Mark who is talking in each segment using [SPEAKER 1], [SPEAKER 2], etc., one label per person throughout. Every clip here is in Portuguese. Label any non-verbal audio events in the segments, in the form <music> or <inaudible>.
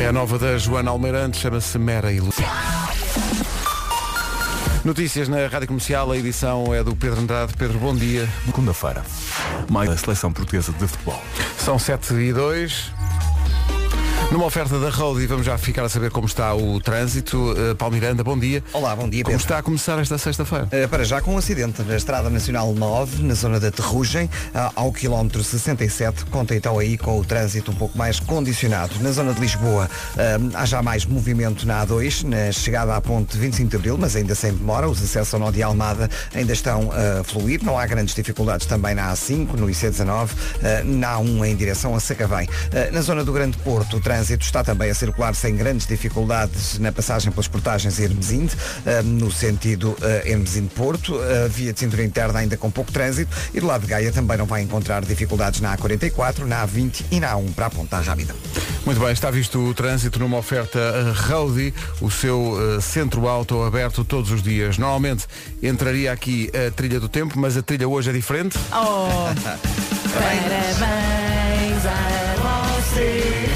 [SPEAKER 1] É a nova da Joana Almeirante, chama-se Mera Ilusão. Notícias na Rádio Comercial, a edição é do Pedro Andrade. Pedro, bom dia.
[SPEAKER 2] Segunda-feira, mais a seleção portuguesa de futebol.
[SPEAKER 1] São 7 e 2. Numa oferta da Road e vamos já ficar a saber como está o trânsito. Uh, Paulo Miranda, bom dia.
[SPEAKER 3] Olá, bom dia,
[SPEAKER 1] Como
[SPEAKER 3] Pedro.
[SPEAKER 1] está a começar esta sexta-feira?
[SPEAKER 3] Eh, Para já com um acidente na Estrada Nacional 9, na zona da Terrugem, ah, ao quilómetro 67, conta então aí com o trânsito um pouco mais condicionado. Na zona de Lisboa, ah, há já mais movimento na A2, na chegada à ponte 25 de Abril, mas ainda sem demora, os acessos ao nó de Almada ainda estão ah, a fluir, não há grandes dificuldades também na A5, no IC19, ah, na A1 em direção a Sacavém. Ah, Na zona do Grande Porto, o trânsito está também a circular sem grandes dificuldades na passagem pelas portagens Hermesinde, ah, no sentido eh, Hermesinde-Porto, a via de cintura interna ainda com pouco trânsito e do lado de Gaia também não vai encontrar dificuldades na A44, na A20 e na A1 para a Ponta Rábida.
[SPEAKER 1] Muito bem, está visto o trânsito numa oferta uh, Roadie, o seu uh, centro auto aberto todos os dias. Normalmente entraria aqui a trilha do tempo, mas a trilha hoje é diferente.
[SPEAKER 4] Oh, parabéns a você.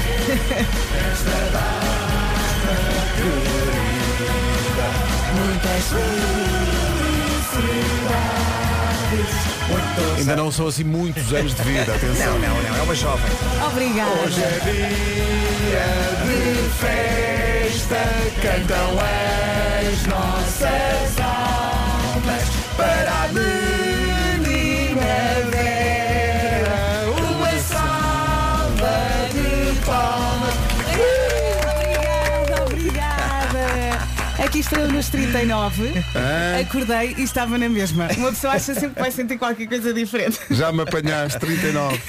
[SPEAKER 1] Ainda não são assim muitos anos de vida, atenção.
[SPEAKER 3] Não, não, não, é uma jovem.
[SPEAKER 4] <laughs> Obrigada. Obrigada, obrigada. Aqui estou eu nos 39,
[SPEAKER 1] É.
[SPEAKER 4] acordei e estava na mesma. Uma pessoa acha sempre que vai sentir qualquer coisa diferente.
[SPEAKER 1] Já me apanhaste 39.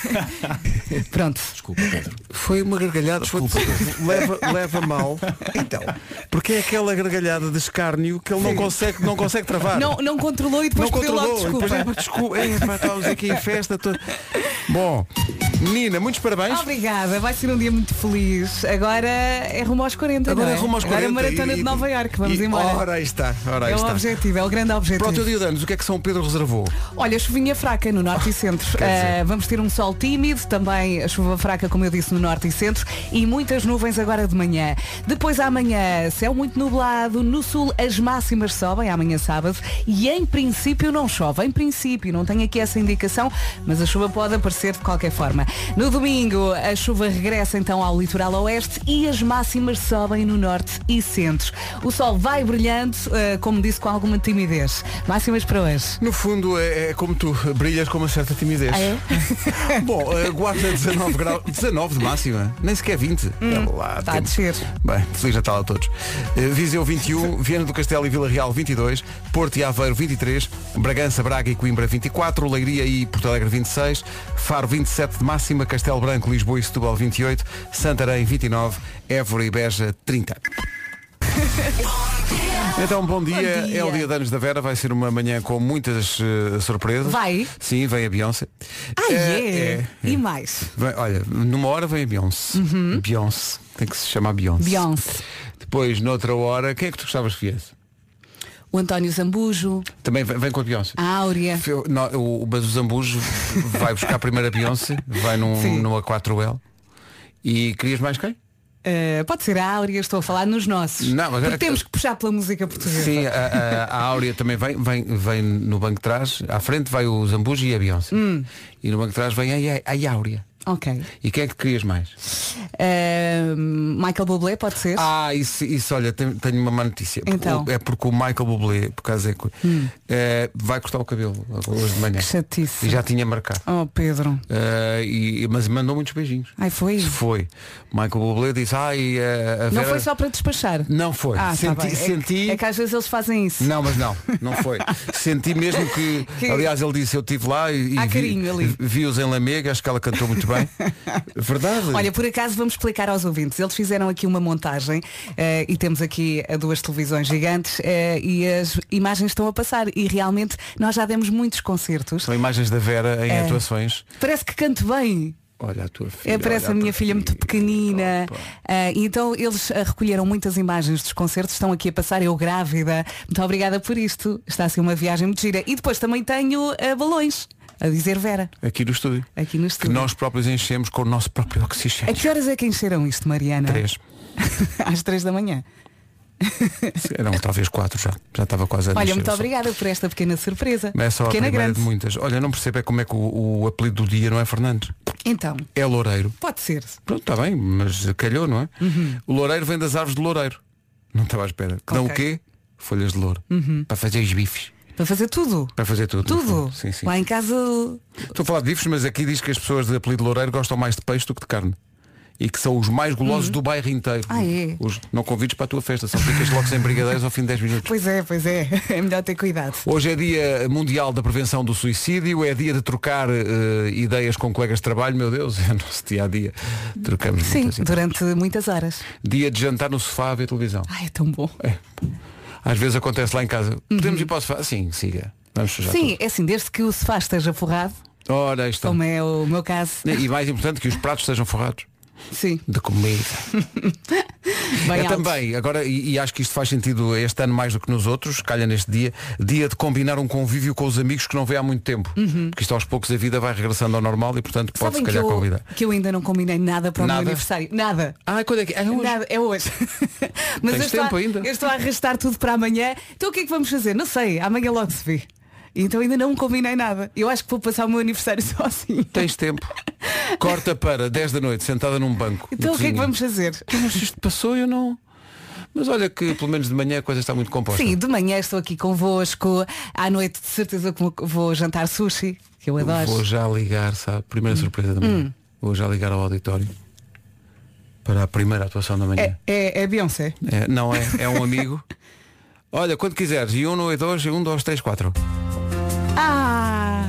[SPEAKER 4] Pronto,
[SPEAKER 2] Desculpa, Pedro.
[SPEAKER 1] Foi uma gargalhada. Foi- leva, leva mal.
[SPEAKER 3] Então,
[SPEAKER 1] Porque é aquela gargalhada de escárnio que ele não consegue, não consegue travar.
[SPEAKER 4] não, não controlou e
[SPEAKER 1] Não
[SPEAKER 4] depois pediu logo
[SPEAKER 1] controlou.
[SPEAKER 4] desculpa.
[SPEAKER 1] Depois, é, pá, desculpa. É, pá, estávamos aqui em festa. tô- Bom, Nina, muitos
[SPEAKER 4] <laughs>
[SPEAKER 1] parabéns.
[SPEAKER 4] Obrigada, vai ser um dia muito feliz. Agora é rumo aos 40.
[SPEAKER 1] Agora
[SPEAKER 4] não
[SPEAKER 1] é rumo aos 40.
[SPEAKER 4] Agora é a maratona
[SPEAKER 1] e-
[SPEAKER 4] de Nova Iorque, vamos
[SPEAKER 1] e-
[SPEAKER 4] embora.
[SPEAKER 1] Ora aí está, ora aí
[SPEAKER 4] é o
[SPEAKER 1] está.
[SPEAKER 4] objetivo, é o grande objetivo.
[SPEAKER 1] Para o teu dia de anos, o que é que São Pedro reservou?
[SPEAKER 4] Olha, chuvinha fraca no
[SPEAKER 1] <laughs>
[SPEAKER 4] norte e centro.
[SPEAKER 1] Quer dizer.
[SPEAKER 4] Ah, vamos ter um sol tímido, também a chuva fraca, como eu disse, no norte e centro, e muitas nuvens agora de manhã. Depois amanhã, céu muito nublado, no sul as máximas sobem, amanhã sábado, e em princípio não chove, em princípio, não tenho aqui essa indicação, mas a chuva pode aparecer de qualquer forma. No domingo, a chuva regressa então ao litoral oeste e as máximas sobem no norte e centro. O sol vai brilhando, ah, como disse, com alguma timidez. Máximas para hoje.
[SPEAKER 1] No fundo, é, é como tu, brilhas com uma certa timidez. <laughs> Bom, eh, guarda 19 graus, 19 de máxima, nem sequer 20. Vamos lá,
[SPEAKER 4] Está a
[SPEAKER 1] tempo.
[SPEAKER 4] descer.
[SPEAKER 1] Bem, feliz Natal a todos. Eh, Viseu 21, Viana do Castelo e Vila Real 22, Porto e Aveiro 23, Bragança, Braga e Coimbra 24, Leiria e Porto Alegre 26, Faro 27 de máxima, Castelo Branco, Lisboa e Setúbal 28, Santarém 29, Évora e Beja 30. Então, bom dia.
[SPEAKER 4] Bom dia.
[SPEAKER 1] É o dia de anos da Vera. Vai ser uma manhã com muitas eh, surpresas.
[SPEAKER 4] Vai?
[SPEAKER 1] Sim, vem a Beyoncé.
[SPEAKER 4] Ah, é?
[SPEAKER 1] É, é.
[SPEAKER 4] E mais?
[SPEAKER 1] Vem- olha, numa hora vem a Beyoncé. Beyoncé. Tem que se chamar Beyoncé.
[SPEAKER 4] Beyoncé,
[SPEAKER 1] Depois, noutra hora, quem é que tu gostavas que viesse?
[SPEAKER 4] o António Zambujo,
[SPEAKER 1] Também vem, vem com a Beyoncé.
[SPEAKER 4] a Áurea.
[SPEAKER 1] Eu- não, o, o- mas o Zambujo vai buscar primeiro a Beyoncé, vai num,
[SPEAKER 4] Sim.
[SPEAKER 1] numa 4L. E querias mais quem?
[SPEAKER 4] Eh, pode ser a Áurea, estou a falar nos nossos.
[SPEAKER 1] Não, mas
[SPEAKER 4] Porque
[SPEAKER 1] é-
[SPEAKER 4] temos que puxar pela música portuguesa.
[SPEAKER 1] Sim, a, a, a Áurea também vem, vem, vem no banco de trás, à frente vai o Zambujo e a Beyoncé.
[SPEAKER 4] Hum.
[SPEAKER 1] E no banco de trás vem a, a, a Áurea.
[SPEAKER 4] Ok.
[SPEAKER 1] E quem é que querias mais?
[SPEAKER 4] Eh, Michael Bublé, pode ser?
[SPEAKER 1] Ah, isso, isso olha, tenho, tenho uma má notícia. Porque
[SPEAKER 4] Então. Hum.
[SPEAKER 1] o- é porque o Michael Bublé, por causa é, que- eh, vai cortar o cabelo hoje de manhã.
[SPEAKER 4] Que chatice.
[SPEAKER 1] E já tinha marcado.
[SPEAKER 4] Oh, Pedro.
[SPEAKER 1] Eh, e, mas mandou muitos beijinhos.
[SPEAKER 4] Ai, foi?
[SPEAKER 1] Isso foi. Michael Bublé disse, ai, eh, a Vera...
[SPEAKER 4] Não foi só para despachar?
[SPEAKER 1] Não foi.
[SPEAKER 4] Ah, tá
[SPEAKER 1] senti,
[SPEAKER 4] bem. É que-
[SPEAKER 1] senti...
[SPEAKER 4] É, que às vezes eles fazem isso.
[SPEAKER 1] Não, mas não, não foi.
[SPEAKER 4] <laughs>
[SPEAKER 1] Senti mesmo que,
[SPEAKER 4] Que-
[SPEAKER 1] aliás, ele disse, eu estive lá e, e
[SPEAKER 4] Há carinho ali.
[SPEAKER 1] vi, vi-os em Lamega, acho que ela cantou
[SPEAKER 4] <laughs>
[SPEAKER 1] muito bem. Verdade.
[SPEAKER 4] Olha, por acaso vamos explicar aos ouvintes. Eles fizeram aqui uma montagem eh, e temos aqui eh, duas televisões gigantes eh, e as imagens estão a passar e realmente nós já demos muitos concertos.
[SPEAKER 1] São imagens da Vera em
[SPEAKER 4] É.
[SPEAKER 1] atuações.
[SPEAKER 4] Parece que canto bem.
[SPEAKER 1] Olha a tua filha.
[SPEAKER 4] É, parece
[SPEAKER 1] olha
[SPEAKER 4] a minha
[SPEAKER 1] tua
[SPEAKER 4] filha muito pequenina.
[SPEAKER 1] Opa.
[SPEAKER 4] Ah, e então eles ah, recolheram muitas imagens dos concertos, estão aqui a passar, eu grávida. Muito obrigada por isto. Está a ser uma viagem muito gira. E depois também tenho ah, balões, a dizer Vera,
[SPEAKER 1] Aqui no estúdio.
[SPEAKER 4] aqui no
[SPEAKER 1] Que
[SPEAKER 4] estúdio.
[SPEAKER 1] nós próprios enchemos com o nosso próprio
[SPEAKER 4] A
[SPEAKER 1] oxigênio.
[SPEAKER 4] que horas é que encheram isto, Mariana?
[SPEAKER 1] Três.
[SPEAKER 4] <laughs> às três da manhã.
[SPEAKER 1] Não, talvez quatro já. Já estava quase a
[SPEAKER 4] Olha,
[SPEAKER 1] descer
[SPEAKER 4] muito
[SPEAKER 1] o sol.
[SPEAKER 4] obrigada por esta pequena surpresa.
[SPEAKER 1] Não é só a
[SPEAKER 4] pequena
[SPEAKER 1] primeira
[SPEAKER 4] grande.
[SPEAKER 1] de muitas. Olha, não percebo é como é que o, o apelido do dia não é Fernandes.
[SPEAKER 4] Então,
[SPEAKER 1] É Loureiro.
[SPEAKER 4] pode ser.
[SPEAKER 1] Pronto, está bem, mas calhou, não é? O Loureiro vem das árvores de Loureiro. Não estava à espera. Que dão o
[SPEAKER 4] Uhum. Ok.
[SPEAKER 1] quê? Folhas de louro. Para fazer os bifes.
[SPEAKER 4] Para fazer tudo.
[SPEAKER 1] Para fazer tudo. no
[SPEAKER 4] Tudo.
[SPEAKER 1] fundo. Uhum. Sim, sim.
[SPEAKER 4] Lá em casa.
[SPEAKER 1] Estou a falar de bifes, mas aqui diz que as pessoas de apelido Loureiro gostam mais de peixe do que de carne. E que são os mais gulosos do bairro inteiro.
[SPEAKER 4] Ah, é?
[SPEAKER 1] Os não convides para a tua festa, só ficas logo sem brigadeiros ao fim de 10 minutos.
[SPEAKER 4] Pois é, pois é. <laughs> É melhor ter cuidado.
[SPEAKER 1] Hoje é dia mundial da prevenção do suicídio, é dia de trocar eh, ideias com colegas de trabalho, meu Deus, <laughs> é nosso dia a dia. Trocamos
[SPEAKER 4] Sim,
[SPEAKER 1] muitas ideias.
[SPEAKER 4] durante muitas horas.
[SPEAKER 1] Dia de jantar no sofá a ver televisão.
[SPEAKER 4] Ai, é tão bom.
[SPEAKER 1] Às vezes acontece lá em casa. Podemos ir para o sofá? Sim, siga. Vamos sujar
[SPEAKER 4] Uhum. Sim, é assim, desde que o sofá esteja forrado,
[SPEAKER 1] tudo. Ora, aí está.
[SPEAKER 4] como é o meu caso.
[SPEAKER 1] E mais importante que os pratos estejam forrados.
[SPEAKER 4] Sim,
[SPEAKER 1] De comida.
[SPEAKER 4] bem
[SPEAKER 1] é
[SPEAKER 4] altos.
[SPEAKER 1] também, agora, e, e acho que isto faz sentido este ano mais do que nos outros, calha neste dia, dia de combinar um convívio com os amigos que não vê há muito tempo. Porque isto aos poucos a vida vai regressando ao normal e portanto pode
[SPEAKER 4] Uhum. Sabem
[SPEAKER 1] se
[SPEAKER 4] que
[SPEAKER 1] calhar
[SPEAKER 4] eu,
[SPEAKER 1] convidar.
[SPEAKER 4] que eu ainda não combinei nada para o
[SPEAKER 1] Nada?
[SPEAKER 4] meu aniversário. Nada.
[SPEAKER 1] Ah, quando é que. É hoje.
[SPEAKER 4] Nada, é hoje. <laughs> Mas eu
[SPEAKER 1] Tens
[SPEAKER 4] estou
[SPEAKER 1] tempo
[SPEAKER 4] a,
[SPEAKER 1] ainda.
[SPEAKER 4] Eu estou a arrastar tudo para amanhã. Então o que é que vamos fazer? Não sei, amanhã logo se vê. Então ainda não combinei nada. Eu acho que vou passar o meu aniversário <laughs> só assim.
[SPEAKER 1] Tens tempo. Corta para 10 da noite, sentada num banco.
[SPEAKER 4] Então
[SPEAKER 1] na
[SPEAKER 4] o que é que
[SPEAKER 1] cozinha.
[SPEAKER 4] vamos fazer?
[SPEAKER 1] Eu não sei se isto passou, eu não. Mas olha que pelo menos de manhã a coisa está muito composta.
[SPEAKER 4] Sim, de manhã estou aqui convosco. À noite de certeza que vou jantar sushi, que eu adoro. Hum.
[SPEAKER 1] Vou já ligar, sabe? Primeira surpresa da manhã. Vou já ligar ao auditório para a primeira atuação da manhã.
[SPEAKER 4] É, é, é Beyoncé.
[SPEAKER 1] É, não é? É um amigo. <laughs> Olha, quando quiseres, e um, não é dois, e um, dois, três, quatro.
[SPEAKER 4] Ah!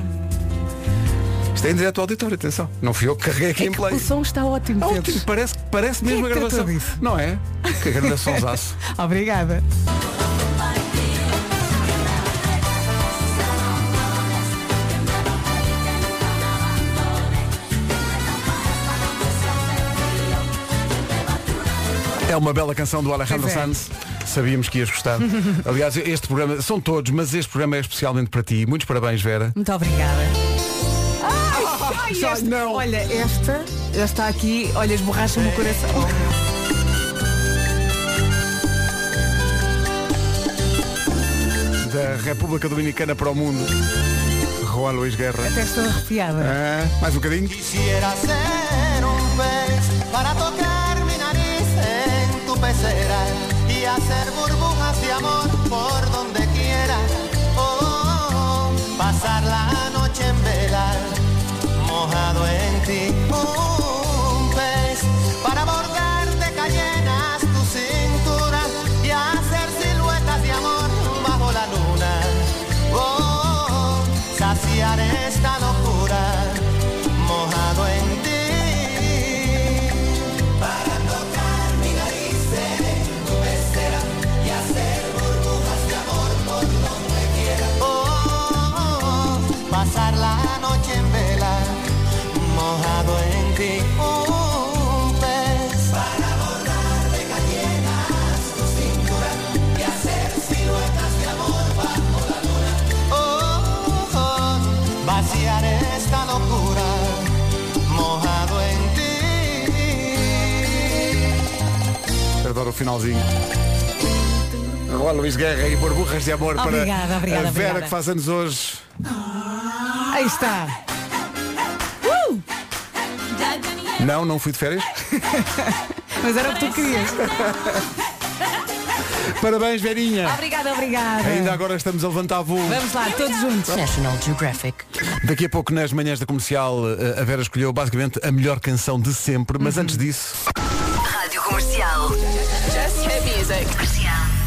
[SPEAKER 1] Isto é em direto ao auditório, atenção. Não fui eu que carreguei aqui
[SPEAKER 4] É
[SPEAKER 1] em
[SPEAKER 4] que
[SPEAKER 1] play.
[SPEAKER 4] o som está ótimo,
[SPEAKER 1] Ah,
[SPEAKER 4] Pedro.
[SPEAKER 1] ótimo, parece, parece
[SPEAKER 4] Quem
[SPEAKER 1] mesmo
[SPEAKER 4] é
[SPEAKER 1] a
[SPEAKER 4] que tratou
[SPEAKER 1] gravação.
[SPEAKER 4] disso?
[SPEAKER 1] Não é? Que grande sonsaço.
[SPEAKER 4] Obrigada.
[SPEAKER 1] É uma bela canção do Alejandro
[SPEAKER 4] Pois é.
[SPEAKER 1] Sanz. Sabíamos que ias <laughs> gostar. Aliás, este programa, são todos, mas este programa é especialmente para ti. Muitos parabéns, Vera.
[SPEAKER 4] Muito
[SPEAKER 1] <laughs>
[SPEAKER 4] obrigada. Ai,
[SPEAKER 1] já
[SPEAKER 4] esta-
[SPEAKER 1] não. É.
[SPEAKER 4] Olha, esta, esta aqui, olha, esborracha-me o coração.
[SPEAKER 1] Da República Dominicana para o Mundo. Juan Luís Guerra.
[SPEAKER 4] Até estou arrepiada.
[SPEAKER 1] Ah, mais um bocadinho.
[SPEAKER 5] Quisiera ser un pez para tocar mi nariz en tu pecera y hacer burbujas de amor por donde quiera. Oh, oh, oh. pasar la noche en vela, mojado en ti. Un pez para bordarte cayenas tu cintura y hacer siluetas de amor bajo la luna. Oh, oh, oh. saciar esta locura mojado en ti. Oh, oh, oh, pasar la noche en vela, mojado en ti. Un pez oh, oh, oh, vaciar esta locura mojado en ti.
[SPEAKER 1] Adoro o finalzinho. Juan Luís Guerra e Borburras de Amor para
[SPEAKER 4] Obrigada, obrigada,
[SPEAKER 1] a Vera
[SPEAKER 4] obrigada.
[SPEAKER 1] que faz anos hoje.
[SPEAKER 4] Aí está.
[SPEAKER 1] Não, não fui de férias.
[SPEAKER 4] Mas era o que tu querias.
[SPEAKER 1] Parabéns, Verinha.
[SPEAKER 4] Obrigada, obrigada.
[SPEAKER 1] Ainda agora estamos a levantar voo.
[SPEAKER 4] Vamos lá, todos juntos.
[SPEAKER 6] National Geographic.
[SPEAKER 1] Daqui a pouco nas manhãs da comercial eh, a Vera escolheu basicamente a melhor canção de sempre, mas antes disso.
[SPEAKER 6] Rádio Comercial. Just hit music. Comercial.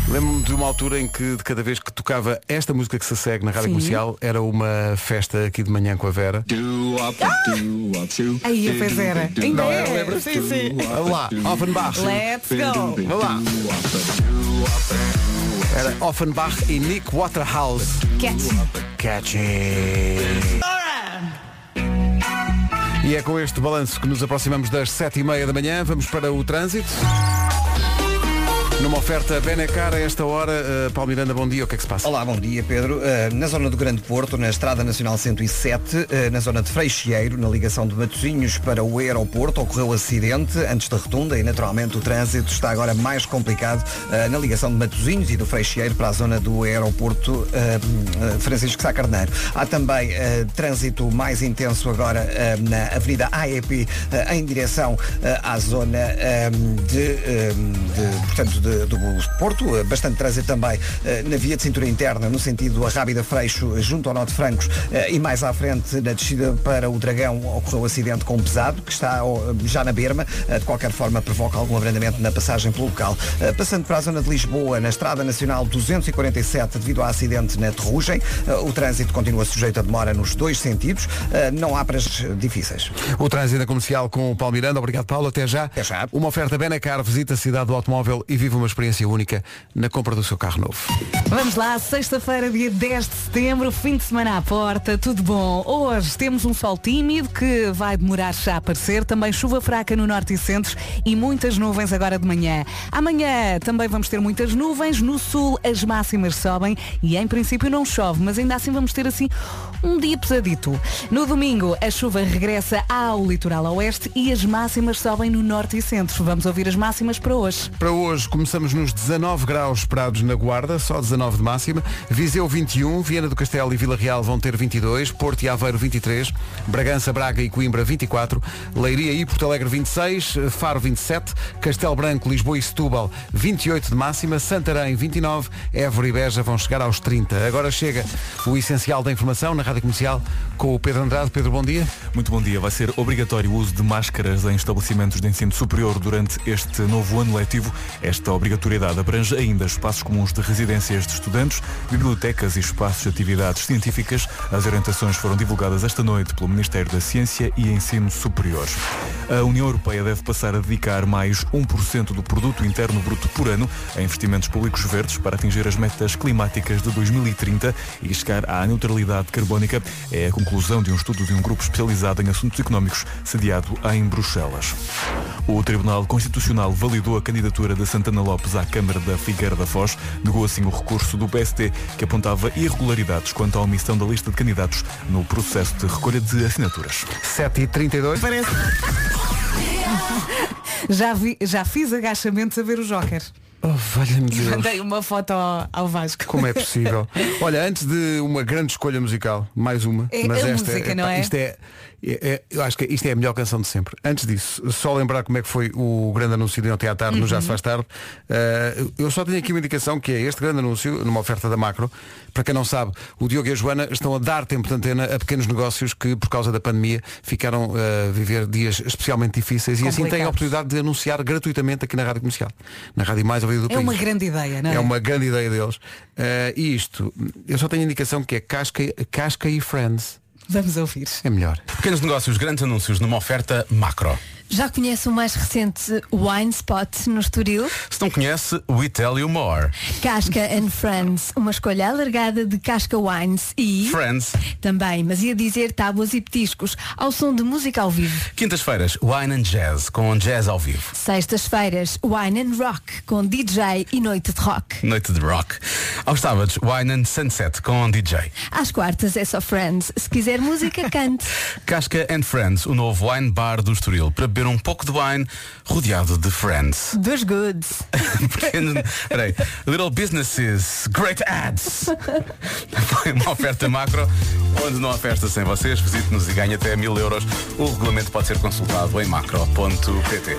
[SPEAKER 1] Lembro-me de uma altura em que de cada vez que tocava esta música que se segue na rádio
[SPEAKER 4] Sim.
[SPEAKER 1] comercial era uma festa aqui de manhã com a Vera.
[SPEAKER 4] Aí a pois era. Ainda
[SPEAKER 1] Não era,
[SPEAKER 4] é.
[SPEAKER 1] lembra?
[SPEAKER 4] Sim, sim.
[SPEAKER 1] Vamos lá, Offenbach.
[SPEAKER 4] Let's go.
[SPEAKER 1] Vamos lá. Era Offenbach e Nick Waterhouse.
[SPEAKER 4] Catch.
[SPEAKER 1] Catchy. E é com este balanço que nos aproximamos das sete e meia da manhã. Vamos para o trânsito. Numa oferta Benacar, a esta hora, uh, Paulo Miranda, bom dia, o que é que se passa?
[SPEAKER 3] Olá, bom dia Pedro. Eh, na zona do Grande Porto, na Estrada Nacional 107, eh, na zona de Freixeiro, na ligação de Matosinhos para o aeroporto, ocorreu um acidente antes da retunda e naturalmente o trânsito está agora mais complicado eh, na ligação de Matosinhos e do Freixeiro para a zona do aeroporto eh, eh, Francisco Sá Carneiro. Há também eh, trânsito mais intenso agora eh, na Avenida AEP eh, em direção eh, à zona eh, de, eh, de, portanto, de- do Porto, eh, bastante trânsito também eh, na via de cintura interna, no sentido a Rábida Freixo, eh, junto ao Norte Francos, eh, e mais à frente, na descida para o Dragão, ocorreu um acidente com um pesado, que está oh, já na berma, eh, de qualquer forma provoca algum abrandamento na passagem pelo local. Eh, Passando para a zona de Lisboa, na Estrada Nacional 247, devido a acidente na Terrugem, eh, o trânsito continua sujeito a demora nos dois sentidos, Eh, não há para difíceis.
[SPEAKER 1] O trânsito na comercial com o Paulo Miranda. Obrigado, Paulo. Até já.
[SPEAKER 3] Até já.
[SPEAKER 1] Uma oferta Benacar. Visita a cidade do automóvel e vive uma experiência única na compra do seu carro novo.
[SPEAKER 4] Vamos lá, sexta-feira, dia 10 de setembro, fim de semana à porta, tudo bom. Hoje temos um sol tímido que vai demorar já a aparecer, também chuva fraca no norte e centro e muitas nuvens agora de manhã. Amanhã também vamos ter muitas nuvens, no sul as máximas sobem e em princípio não chove, mas ainda assim vamos ter assim um dia pesadito. No domingo a chuva regressa ao litoral oeste e as máximas sobem no norte e centro. Vamos ouvir as máximas para hoje.
[SPEAKER 1] Para hoje começamos nos 19 graus esperados na Guarda, só 19 de máxima. Viseu 21, Viana do Castelo e Vila Real vão ter 22, Porto e Aveiro 23, Bragança, Braga e Coimbra 24, Leiria e Porto Alegre 26, Faro 27, Castelo Branco, Lisboa e Setúbal 28 de máxima, Santarém 29, Évora e Beja vão chegar aos 30. Agora chega o essencial da informação na Rádio Comercial com o Pedro Andrade. Pedro, bom dia.
[SPEAKER 2] Muito bom dia. Vai ser obrigatório o uso de máscaras em estabelecimentos de ensino superior durante este novo ano letivo. Esta obrigatoriedade abrange ainda espaços comuns de residências de estudantes, bibliotecas e espaços de atividades científicas. As orientações foram divulgadas esta noite pelo Ministério da Ciência e Ensino Superior. A União Europeia deve passar a dedicar mais 1% do produto interno bruto por ano a investimentos públicos verdes para atingir as metas climáticas de 2030 e chegar à neutralidade carbónica. É a conclusão de um estudo de um grupo especializado em assuntos económicos sediado em Bruxelas. O Tribunal Constitucional validou a candidatura de Santana Lopes à Câmara da Figueira da Foz, negou assim o recurso do PSD que apontava irregularidades quanto à omissão da lista de candidatos no processo de recolha de assinaturas.
[SPEAKER 1] 7h32.
[SPEAKER 4] Já, vi- já fiz agachamentos a ver o Joker.
[SPEAKER 1] Oh, valha-me
[SPEAKER 4] E
[SPEAKER 1] Deus.
[SPEAKER 4] mandei uma foto ao, ao Vasco.
[SPEAKER 1] Como é possível? Olha, antes de uma grande escolha musical, mais uma,
[SPEAKER 4] É
[SPEAKER 1] mas
[SPEAKER 4] a
[SPEAKER 1] esta
[SPEAKER 4] música,
[SPEAKER 1] epá,
[SPEAKER 4] não é?
[SPEAKER 1] Isto é, é- é- eu acho que isto é a melhor canção de sempre. Antes disso, só lembrar como é que foi o grande anúncio de ontem à tarde, no Já
[SPEAKER 4] Uhum.
[SPEAKER 1] se faz tarde. Uh, eu só tenho aqui uma indicação que é este grande anúncio, numa oferta da Macro, para quem não sabe, o Diogo e a Joana estão a dar tempo de antena a pequenos negócios que, por causa da pandemia, ficaram uh, a viver dias especialmente difíceis e assim têm a
[SPEAKER 4] Complicados.
[SPEAKER 1] oportunidade de anunciar gratuitamente aqui na Rádio Comercial, na Rádio Mais Ouvida do
[SPEAKER 4] É
[SPEAKER 1] País.
[SPEAKER 4] uma grande ideia, não é?
[SPEAKER 1] É uma grande ideia deles. Eh, e isto, eu só tenho a indicação que é Casca, Casca e Friends.
[SPEAKER 4] Vamos ouvir.
[SPEAKER 1] É melhor.
[SPEAKER 7] Pequenos negócios, grandes anúncios numa oferta macro.
[SPEAKER 8] Já conhece o mais recente Wine Spot no Estoril?
[SPEAKER 7] Se não conhece, we tell you more.
[SPEAKER 8] Casca and Friends, uma escolha alargada de Casca Wines e...
[SPEAKER 7] Friends,
[SPEAKER 8] Também, mas ia dizer tábuas e petiscos, ao som de música ao vivo.
[SPEAKER 7] quintas-feiras, wine and jazz, com jazz ao vivo.
[SPEAKER 8] Sextas-feiras, Wine and Rock, com DJ e noite de rock.
[SPEAKER 7] Noite de rock. Aos sábados, wine and sunset, com DJ.
[SPEAKER 8] Às quartas é só Friends. Se quiser música, cante.
[SPEAKER 7] Casca and Friends, o novo wine bar do Estoril, para beber um pouco de wine rodeado de
[SPEAKER 9] <laughs>
[SPEAKER 7] friends.
[SPEAKER 8] Dos goods.
[SPEAKER 7] Pequenos... Peraí. <laughs> Little businesses, great
[SPEAKER 1] <laughs>
[SPEAKER 7] ads. Foi uma oferta macro, onde não há festa sem vocês. Visite-nos e ganhe até mil euros. O regulamento pode ser consultado em macro.pt.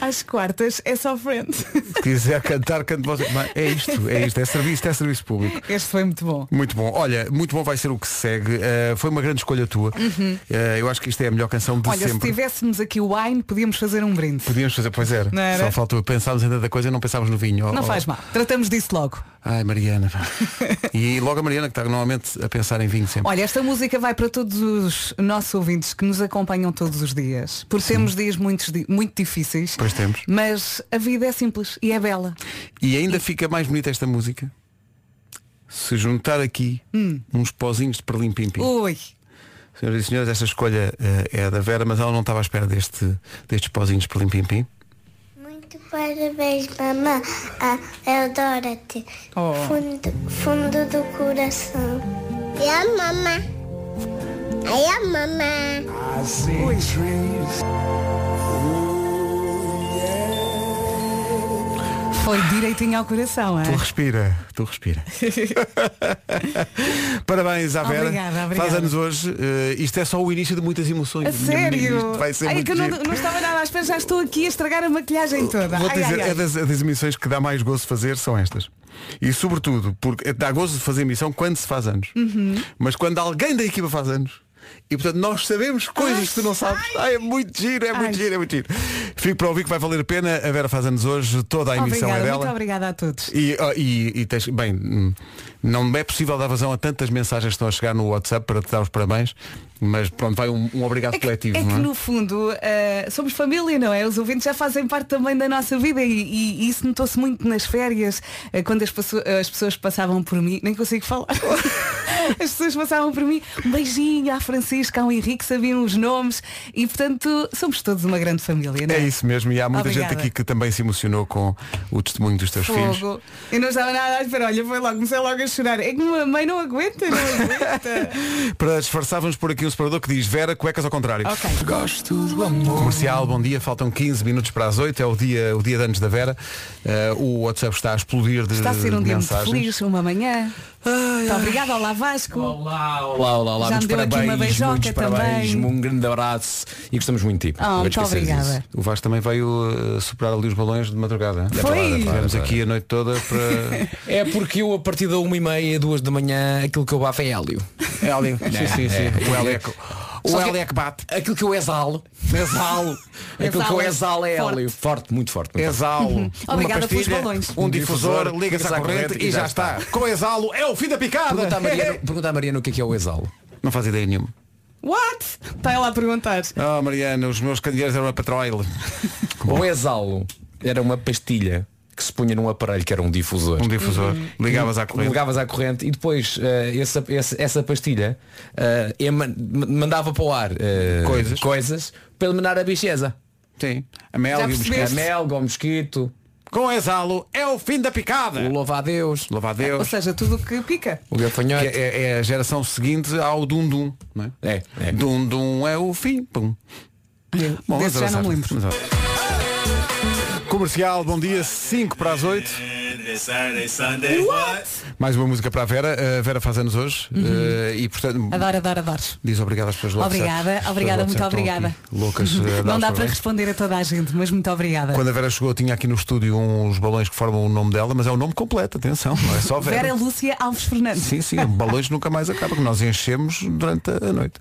[SPEAKER 4] Às quartas é só
[SPEAKER 1] <laughs>
[SPEAKER 4] frente.
[SPEAKER 1] Se quiser cantar, canto você. Mas É isto, é isto, é serviço, isto é serviço público.
[SPEAKER 4] Este foi muito bom.
[SPEAKER 1] Muito bom. Olha, muito bom vai ser o que se segue. Eh, foi uma grande escolha tua. Eh, eu acho que isto é a melhor canção de
[SPEAKER 4] Olha, se
[SPEAKER 1] sempre.
[SPEAKER 4] tivéssemos aqui o wine, podíamos fazer um brinde.
[SPEAKER 1] Podíamos fazer, pois era.
[SPEAKER 4] Não era?
[SPEAKER 1] Só faltou. Pensámos ainda da coisa e não pensámos no vinho. Oh,
[SPEAKER 4] Não
[SPEAKER 1] oh.
[SPEAKER 4] faz mal. Tratamos disso logo. <laughs>
[SPEAKER 1] Ai, Mariana. pá. e logo a Mariana, que está normalmente a pensar em vinho sempre.
[SPEAKER 4] Olha, esta música vai para todos os nossos ouvintes que nos acompanham todos os dias. Porque temos dias muito, di- muito difíceis.
[SPEAKER 1] Pois temos.
[SPEAKER 4] Mas a vida é simples e é bela.
[SPEAKER 1] E ainda fica mais bonita esta música. Se juntar aqui
[SPEAKER 4] Hum.
[SPEAKER 1] uns pozinhos de perlim-pim-pim.
[SPEAKER 4] Ui,
[SPEAKER 1] Senhoras e senhores, esta escolha eh, é da Vera, mas ela não estava à espera deste, destes pozinhos por limpim-pim.
[SPEAKER 10] Muito Parabéns, mamã. Ah, eu adoro-te. Fundo, fundo do coração. E a mamã. Ai, a mamã.
[SPEAKER 4] Foi direitinho ao coração,
[SPEAKER 1] Tu
[SPEAKER 4] é?
[SPEAKER 1] respira,
[SPEAKER 4] <laughs>
[SPEAKER 1] tu respira. Parabéns à Vera.
[SPEAKER 4] Obrigada, obrigada.
[SPEAKER 1] Faz anos hoje. eh, isto é só o início de muitas emoções.
[SPEAKER 4] A sério?
[SPEAKER 1] Isto vai ser
[SPEAKER 4] Ai,
[SPEAKER 1] muito
[SPEAKER 4] que eu não,
[SPEAKER 1] giro.
[SPEAKER 4] não estava nada à espera, já estou aqui a estragar a maquilhagem toda.
[SPEAKER 1] Vou
[SPEAKER 4] Ai,
[SPEAKER 1] dizer,
[SPEAKER 4] ai, ai.
[SPEAKER 1] é das, das emissões que dá mais gozo fazer são estas. E sobretudo, porque dá gozo de fazer emissão quando se faz anos.
[SPEAKER 4] Uhum.
[SPEAKER 1] Mas quando alguém da equipa faz anos. E portanto nós sabemos coisas que tu não sabes. Ai, é muito giro, é muito
[SPEAKER 4] Ai.
[SPEAKER 1] giro, é muito giro. Fico para ouvir que vai valer a pena. A Vera faz anos hoje, toda a emissão
[SPEAKER 4] Obrigada,
[SPEAKER 1] é dela.
[SPEAKER 4] muito obrigada a todos.
[SPEAKER 1] E, ah, e, e tens- bem, hum, não é possível dar vazão a tantas mensagens que estão a chegar no WhatsApp para te dar os parabéns, mas pronto, vai um, um obrigado
[SPEAKER 4] É que,
[SPEAKER 1] coletivo.
[SPEAKER 4] é que,
[SPEAKER 1] não é?
[SPEAKER 4] no fundo eh, somos família, não é? Os ouvintes já fazem parte também da nossa vida e, e- e isso notou-se muito nas férias, eh, quando as, pesso- as pessoas passavam por mim, nem consigo falar. <laughs> As pessoas passavam por mim, um beijinho à Francisca, ao Henrique, sabiam os nomes e portanto somos todos uma grande família, não é?
[SPEAKER 1] É isso mesmo, e há muita
[SPEAKER 4] Obrigada.
[SPEAKER 1] gente aqui que também se emocionou com o testemunho dos teus filhos.
[SPEAKER 4] Fogo. Eu não estava nada à espera, olha, foi logo, comecei logo a chorar. É que minha mãe não aguenta, não
[SPEAKER 1] <laughs>
[SPEAKER 4] aguenta.
[SPEAKER 1] Para disfarçar, vamos por aqui um separador que diz Vera, cuecas ao contrário.
[SPEAKER 4] Ok.
[SPEAKER 1] Gosto do amor. Comercial, bom dia, faltam 15 minutos para as 8, é o dia, o dia de anos da Vera. Eh, o WhatsApp está a explodir de
[SPEAKER 4] Está a ser um dia muito
[SPEAKER 1] mensagens.
[SPEAKER 4] feliz, uma manhã. Muito obrigada, olá Vasco.
[SPEAKER 11] Olá, olá, olá, olá.
[SPEAKER 4] Já me
[SPEAKER 11] muitos
[SPEAKER 4] deu aqui
[SPEAKER 11] parabéns,
[SPEAKER 4] uma beijoca
[SPEAKER 11] muitos parabéns,
[SPEAKER 4] também.
[SPEAKER 11] um grande abraço e gostamos muito de ti.
[SPEAKER 4] Ah,
[SPEAKER 11] Não
[SPEAKER 4] muito
[SPEAKER 11] te esqueças
[SPEAKER 4] obrigada.
[SPEAKER 11] disso.
[SPEAKER 1] O Vasco também veio eh, superar ali os balões de madrugada. hein?
[SPEAKER 4] Foi?
[SPEAKER 1] Tivemos aqui a noite toda para.
[SPEAKER 11] É porque eu a partir da uma e meia, duas da manhã, aquilo que eu bafo é hélio.
[SPEAKER 1] Hélio.
[SPEAKER 11] Né? É.
[SPEAKER 1] O Hélio é que, o
[SPEAKER 11] Só
[SPEAKER 1] Hélio é que bate.
[SPEAKER 11] Aquilo que eu exalo, exalo,
[SPEAKER 1] <laughs>
[SPEAKER 11] aquilo que eu exalo é hélio. Forte, muito forte.
[SPEAKER 1] Uhum.
[SPEAKER 11] Muito
[SPEAKER 1] Exalo. Uma
[SPEAKER 4] Obrigada pelos
[SPEAKER 1] pastilha,
[SPEAKER 4] balões.
[SPEAKER 1] Um difusor,
[SPEAKER 11] difusor,
[SPEAKER 1] liga-se à corrente, e já está. Com exalo é o fim da picada.
[SPEAKER 11] forte. Pergunta
[SPEAKER 1] <laughs>
[SPEAKER 11] à Mariana, pergunta à Mariana o que é, que é o exalo.
[SPEAKER 1] Não faz ideia nenhuma.
[SPEAKER 4] What? Está ela a perguntar.
[SPEAKER 1] Ah, Mariana, os meus candeeiros eram a patroil.
[SPEAKER 11] O exalo era uma pastilha que se punha num aparelho que era um difusor. Um
[SPEAKER 1] Um difusor. Ligavas à corrente.
[SPEAKER 11] Ligavas à corrente e depois eh, essa, essa, essa pastilha eh, ema- ma- mandava para o ar eh,
[SPEAKER 1] Coisas.
[SPEAKER 11] coisas para eliminar a bicheza.
[SPEAKER 1] Sim. A mel
[SPEAKER 4] Já
[SPEAKER 1] e o
[SPEAKER 4] percebeste?
[SPEAKER 1] mosquito.
[SPEAKER 11] A melga, o mosquito,
[SPEAKER 1] Com exalo é o fim da picada.
[SPEAKER 11] o louva a Deus,
[SPEAKER 1] Louva a
[SPEAKER 4] Ou
[SPEAKER 1] Deus.
[SPEAKER 4] seja, tudo o que pica.
[SPEAKER 11] o
[SPEAKER 1] Que
[SPEAKER 11] gafanhoto.
[SPEAKER 1] é, é a geração seguinte ao Dundum, não é?
[SPEAKER 11] É, é.
[SPEAKER 1] Dundum é o fim. Pum. Bom,
[SPEAKER 4] Desse
[SPEAKER 1] vamos
[SPEAKER 4] já não me
[SPEAKER 1] avançar.
[SPEAKER 4] lembro.
[SPEAKER 1] Vamos avançar. Comercial, bom dia, 5 para as 8. Mais uma música para a Vera. A Vera faz anos hoje. eh, e portanto.
[SPEAKER 4] Uhum. Adoro, adoro, adoro.
[SPEAKER 1] Diz obrigado às pessoas do WhatsApp.
[SPEAKER 4] Obrigada,
[SPEAKER 1] As pessoas
[SPEAKER 4] obrigada,
[SPEAKER 1] do
[SPEAKER 4] muito
[SPEAKER 1] WhatsApp estão
[SPEAKER 4] obrigada.
[SPEAKER 1] aqui Loucas. eh,
[SPEAKER 4] <laughs>
[SPEAKER 1] a dar
[SPEAKER 4] Não
[SPEAKER 1] os
[SPEAKER 4] dá para
[SPEAKER 1] parabéns.
[SPEAKER 4] responder a toda a gente, mas muito obrigada.
[SPEAKER 1] Quando a Vera chegou, tinha aqui no estúdio uns balões que formam o nome dela, mas é o nome completo, atenção, não
[SPEAKER 4] <laughs>
[SPEAKER 1] é só Vera.
[SPEAKER 4] Vera Lúcia Alves Fernandes.
[SPEAKER 1] Sim, sim, balões nunca mais acabam, que nós enchemos durante a noite.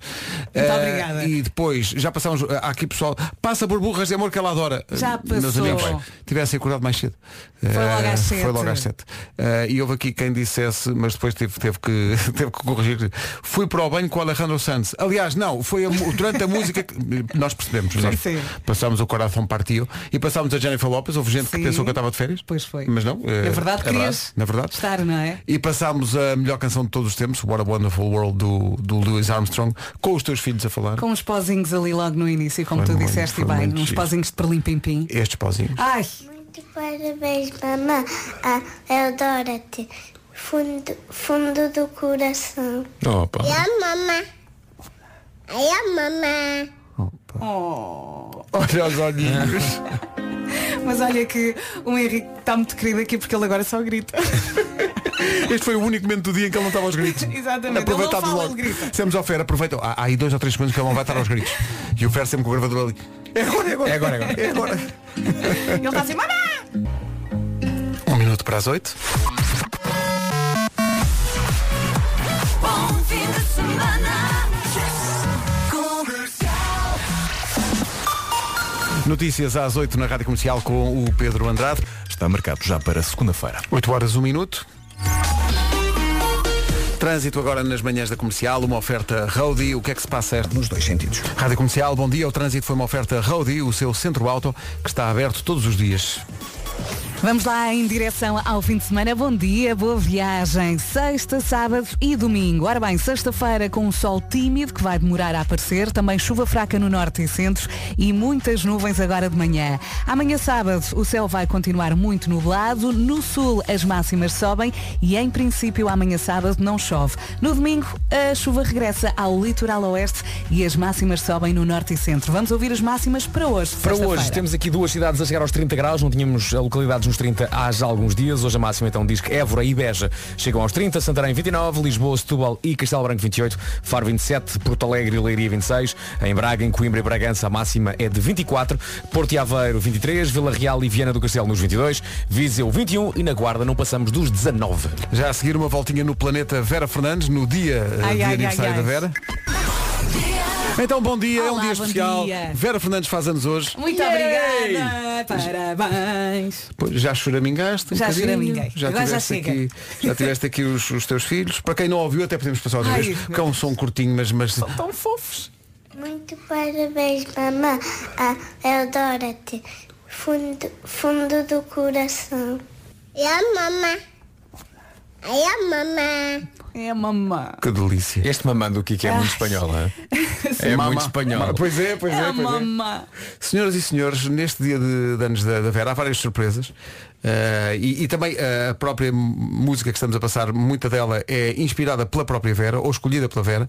[SPEAKER 1] Eh,
[SPEAKER 4] obrigada.
[SPEAKER 1] E depois, já passámos, há aqui pessoal, passa burburras de amor que ela adora.
[SPEAKER 4] Já
[SPEAKER 1] Eh, Meus
[SPEAKER 4] passou.
[SPEAKER 1] amigos, tivessem acordado mais cedo. Foi
[SPEAKER 4] logo às sete.
[SPEAKER 1] Foi logo às sete. Eh, e houve aqui quem dissesse, mas depois teve, teve que, <laughs> teve que corrigir. Fui para o banho com o Alejandro Sanz. Aliás, não, foi a mu- durante a música que <laughs> nós percebemos. Nós
[SPEAKER 4] sim.
[SPEAKER 1] passámos o coração partiu e passámos a Jennifer Lopes. Houve gente que
[SPEAKER 4] Sim.
[SPEAKER 1] pensou que eu estava de férias.
[SPEAKER 4] Pois foi.
[SPEAKER 1] Mas não. eh,
[SPEAKER 4] É verdade, querias
[SPEAKER 1] Na verdade.
[SPEAKER 4] estar, não é?
[SPEAKER 1] E passámos a melhor canção de todos os tempos, What a Wonderful World, do, do Louis Armstrong, com os teus filhos a falar.
[SPEAKER 4] Com uns pozinhos ali logo no início, como
[SPEAKER 1] Foi
[SPEAKER 4] tu
[SPEAKER 1] muito,
[SPEAKER 4] disseste
[SPEAKER 1] foi
[SPEAKER 4] bem,
[SPEAKER 1] muito
[SPEAKER 4] uns
[SPEAKER 1] giro.
[SPEAKER 4] pozinhos de perlim-pim-pim.
[SPEAKER 1] Estes pozinhos.
[SPEAKER 4] Ai,
[SPEAKER 10] Muito parabéns, mamã. Ah, eu adoro-te. Fundo, fundo do coração.
[SPEAKER 11] Opa.
[SPEAKER 10] E a mamã. Ai, a mamã.
[SPEAKER 1] Oh. Olha os olhinhos.
[SPEAKER 4] mas olha que o Henrique está muito querido aqui porque ele agora só grita.
[SPEAKER 1] <laughs>
[SPEAKER 4] <laughs>
[SPEAKER 1] Este foi o único momento do dia em que ele não estava aos gritos.
[SPEAKER 4] Exatamente.
[SPEAKER 1] Aproveitado
[SPEAKER 4] ele não fala,
[SPEAKER 1] logo.
[SPEAKER 4] ele grita.
[SPEAKER 1] Dissemos ao Fer, aproveita. Há, há aí dois ou três segundos que ele não vai estar aos gritos. E o Fer sempre com o gravador ali. É agora, é agora. É agora, é agora.
[SPEAKER 4] Ele está assim, mamá!
[SPEAKER 1] Um minuto para as oito. Notícias às oito na Rádio Comercial com o Pedro Andrade.
[SPEAKER 2] Está marcado já para segunda-feira.
[SPEAKER 1] 8 horas, 1 minuto. Trânsito agora nas manhãs da comercial, uma oferta Roadie. O que é que se passa a esta?
[SPEAKER 3] Nos dois sentidos.
[SPEAKER 1] Rádio Comercial, bom dia. O trânsito foi uma oferta Roadie, o seu centro auto, que está aberto todos os dias.
[SPEAKER 4] Vamos lá em direção ao fim de semana. Bom dia, boa viagem. Sexta, sábado e domingo. Ora bem, sexta-feira com um sol tímido que vai demorar a aparecer. Também chuva fraca no norte e centro e muitas nuvens agora de manhã. Amanhã, sábado, o céu vai continuar muito nublado. No sul, as máximas sobem e, em princípio, amanhã, sábado, não chove. No domingo, a chuva regressa ao litoral oeste e as máximas sobem no norte e centro. Vamos ouvir as máximas para hoje.
[SPEAKER 11] Para
[SPEAKER 4] sexta-feira.
[SPEAKER 11] hoje temos aqui duas cidades a chegar aos 30 graus, não tínhamos eh, localidades nos 30 há já alguns dias. Hoje a máxima então diz que Évora e Beja chegam aos 30, Santarém 29, Lisboa, Setúbal e Castelo Branco 28, Faro 27, Porto Alegre e Leiria 26, em Braga, em Coimbra e Bragança a máxima é de 24, Porto e Aveiro 23, Vila Real e Viana do Castelo nos 22, Viseu 21 e na Guarda não passamos dos 19.
[SPEAKER 1] Já a seguir uma voltinha no planeta Vera Fernandes, no dia eh,
[SPEAKER 4] Ai,
[SPEAKER 1] de
[SPEAKER 4] ai,
[SPEAKER 1] aniversário
[SPEAKER 4] ai, ai.
[SPEAKER 1] da Vera. Então bom dia, é um
[SPEAKER 4] Olá,
[SPEAKER 1] dia
[SPEAKER 4] bom
[SPEAKER 1] especial.
[SPEAKER 4] dia.
[SPEAKER 1] Vera Fernandes faz anos hoje.
[SPEAKER 4] Muito obrigada, parabéns.
[SPEAKER 1] Pois, Já choramingaste um
[SPEAKER 4] Já
[SPEAKER 1] bocadinho.
[SPEAKER 4] choraminguei.
[SPEAKER 1] Já
[SPEAKER 4] Agora já
[SPEAKER 1] tiveste
[SPEAKER 4] chega.
[SPEAKER 1] aqui, já tiveste aqui os, os teus filhos. Para quem não ouviu, até podemos passar outra
[SPEAKER 4] Ai,
[SPEAKER 1] vez, porque é um som curtinho, mas, mas
[SPEAKER 4] Tão fofos.
[SPEAKER 10] Muito parabéns, mamã. Ah, eu adoro-te. Fundo, fundo do coração. É a mamã. É a mamã.
[SPEAKER 4] É mamã. <laughs>
[SPEAKER 1] que delícia.
[SPEAKER 11] Este mamando o que é muito espanhola. É
[SPEAKER 1] Mama.
[SPEAKER 11] muito espanhol.
[SPEAKER 1] Mama. Pois é, pois
[SPEAKER 4] É
[SPEAKER 1] é,
[SPEAKER 4] a
[SPEAKER 1] pois é.
[SPEAKER 4] mamã.
[SPEAKER 1] Senhoras e senhores, neste dia de, de anos da, da Vera há várias surpresas. Eh, e, e também eh, a própria m- música que estamos a passar, muita dela é inspirada pela própria Vera ou escolhida pela Vera,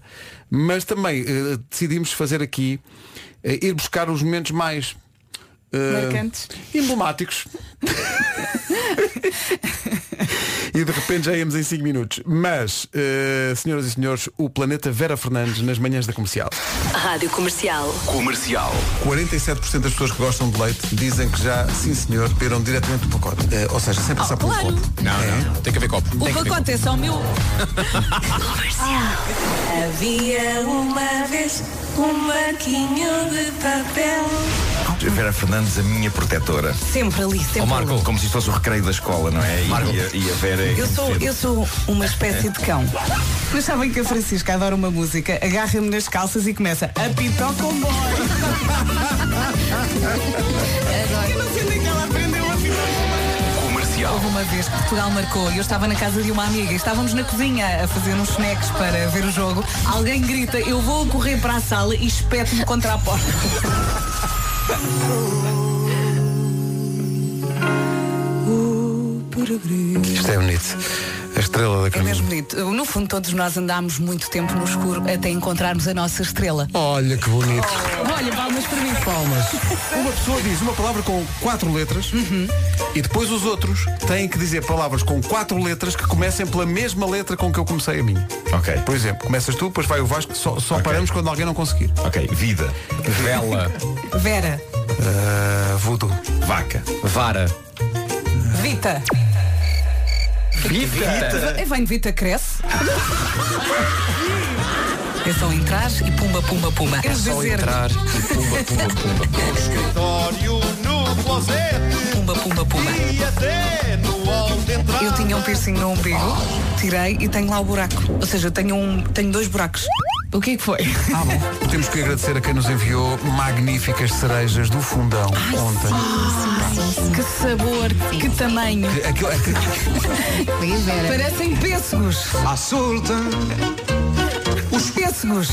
[SPEAKER 1] mas também eh, decidimos fazer aqui eh, ir buscar os momentos mais eh,
[SPEAKER 4] Marcantes.
[SPEAKER 1] emblemáticos. e de repente já íamos em 5 minutos. Mas, eh, senhoras e senhores, o planeta Vera Fernandes nas manhãs da comercial.
[SPEAKER 6] Rádio Comercial.
[SPEAKER 7] Comercial.
[SPEAKER 1] 47% das pessoas que gostam de leite dizem que já, sim senhor, beberam diretamente do pacote. Eh, ou seja, sem passar pelo
[SPEAKER 4] claro.
[SPEAKER 1] copo.
[SPEAKER 7] Não, não. Tem que haver copo.
[SPEAKER 4] O
[SPEAKER 7] Tem que haver
[SPEAKER 4] pacote é só o meu.
[SPEAKER 6] Havia uma vez um barquinho de papel.
[SPEAKER 12] Vera Fernandes, a minha protetora.
[SPEAKER 4] Sempre ali, sempre
[SPEAKER 12] Ó
[SPEAKER 4] ali.
[SPEAKER 7] Oh.
[SPEAKER 12] Marco, como se isto fosse o recreio da escola, não é? E, e a, e a Vera é
[SPEAKER 4] Eu sou,
[SPEAKER 12] indefesa.
[SPEAKER 4] eu sou uma espécie de cão. Mas sabem que a Francisca adora uma música, agarra-me nas calças e começa a pitó com boy. Eu não sei onde é que ela aprendeu a pitó
[SPEAKER 7] copo. Comercial.
[SPEAKER 4] Houve uma vez que Portugal marcou e eu estava na casa de uma amiga e estávamos na cozinha a fazer uns snacks para ver o jogo. Alguém grita, eu vou correr para a sala e espeto-me contra a porta.
[SPEAKER 1] Isto é bonito. A estrela da
[SPEAKER 4] É
[SPEAKER 1] caminha.
[SPEAKER 4] mesmo bonito. No fundo, todos nós andámos muito tempo no escuro até encontrarmos a nossa estrela.
[SPEAKER 1] Olha que bonito.
[SPEAKER 4] Olha, palmas para mim.
[SPEAKER 1] Palmas. Uma pessoa diz uma palavra com quatro letras e depois os outros têm que dizer palavras com quatro letras que comecem pela mesma letra com que eu comecei a minha.
[SPEAKER 12] Ok,
[SPEAKER 1] Por exemplo, começas tu, depois vai o Vasco, só, só
[SPEAKER 12] Ok.
[SPEAKER 1] paramos quando alguém não conseguir.
[SPEAKER 12] ok. Vida,
[SPEAKER 2] Vela,
[SPEAKER 4] Vera,
[SPEAKER 1] Uh, voodoo.
[SPEAKER 12] vaca,
[SPEAKER 2] vara,
[SPEAKER 4] Vita.
[SPEAKER 2] pita,
[SPEAKER 4] Eu venho de Vita Cresce. É só entrar e pumba, pumba, pumba. É só entrar.
[SPEAKER 2] pumba, pumba, pumba.
[SPEAKER 5] Escritório no closet
[SPEAKER 4] Pumba, pumba, pumba.
[SPEAKER 5] e até no hall de entrada.
[SPEAKER 4] Eu tinha um piercing no umbigo, tirei e tenho lá o buraco. Ou seja, eu tenho, um, tenho dois buracos. O que é que foi?
[SPEAKER 1] Ah, bom. Temos que agradecer a quem nos enviou magníficas cerejas do fundão ontem.
[SPEAKER 4] Que sabor, que tamanho.
[SPEAKER 1] Aquilo-
[SPEAKER 4] Parecem pêssegos. Os pêssegos.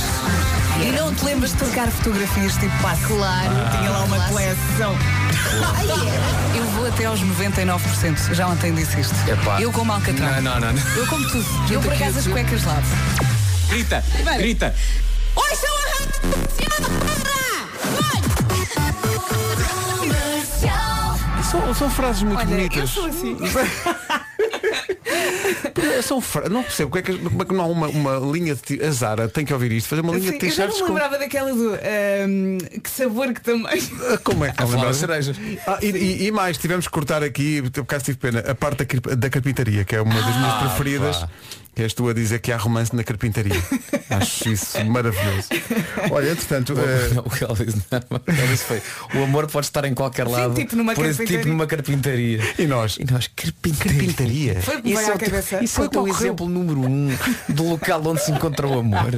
[SPEAKER 4] E não te lembras de trocar fotografias tipo passe? Claro. Tinha lá uma coleção. Eu vou até aos 99%. Já ontem disse isto.
[SPEAKER 11] Epá.
[SPEAKER 4] Eu como alcatrão.
[SPEAKER 11] Não, não, não.
[SPEAKER 4] Eu como tudo. Eu por acaso as cuecas lavo.
[SPEAKER 2] Grita,
[SPEAKER 4] Vera.
[SPEAKER 2] grita.
[SPEAKER 4] Oi, sou
[SPEAKER 1] São, são frases muito
[SPEAKER 4] Olha,
[SPEAKER 1] bonitas.
[SPEAKER 4] eu sou assim.
[SPEAKER 1] São fra- Não percebo como é que, como é que não há uma, uma linha de. ti- A Zara tem que ouvir isto, fazer uma linha de
[SPEAKER 4] Sim, eu já não me
[SPEAKER 1] t-shirts com.
[SPEAKER 4] lembrava daquela do ahm, que sabor que <laughs> tamanho.
[SPEAKER 1] Como é que
[SPEAKER 11] A
[SPEAKER 1] não
[SPEAKER 11] falar
[SPEAKER 1] lembro?
[SPEAKER 11] das cerejas.
[SPEAKER 1] Ah, e, e- e mais,
[SPEAKER 11] Ah,
[SPEAKER 1] tivemos que cortar aqui, por acaso tive pena, a parte da, carp- da carpintaria, que é uma das minhas preferidas. Que és tu a dizer que há romance na
[SPEAKER 11] <laughs>
[SPEAKER 1] carpintaria. Acho isso maravilhoso. Olha, entretanto. eh,
[SPEAKER 11] Não, <laughs> o que ela disse, não. Ela disse foi, o amor pode estar em qualquer lado.
[SPEAKER 4] tipo numa
[SPEAKER 11] por esse tipo
[SPEAKER 4] carpintaria.
[SPEAKER 11] numa carpintaria.
[SPEAKER 1] E nós?
[SPEAKER 11] E nós, carpintaria.
[SPEAKER 1] Carpintaria.
[SPEAKER 4] Foi o que me
[SPEAKER 11] Isso
[SPEAKER 4] veio
[SPEAKER 11] é
[SPEAKER 4] à
[SPEAKER 11] o teu-
[SPEAKER 4] cabeça.
[SPEAKER 11] isso é
[SPEAKER 4] Foi
[SPEAKER 11] o
[SPEAKER 4] o que
[SPEAKER 11] teu
[SPEAKER 4] ocorreu.
[SPEAKER 11] exemplo número um do local onde se encontra o amor.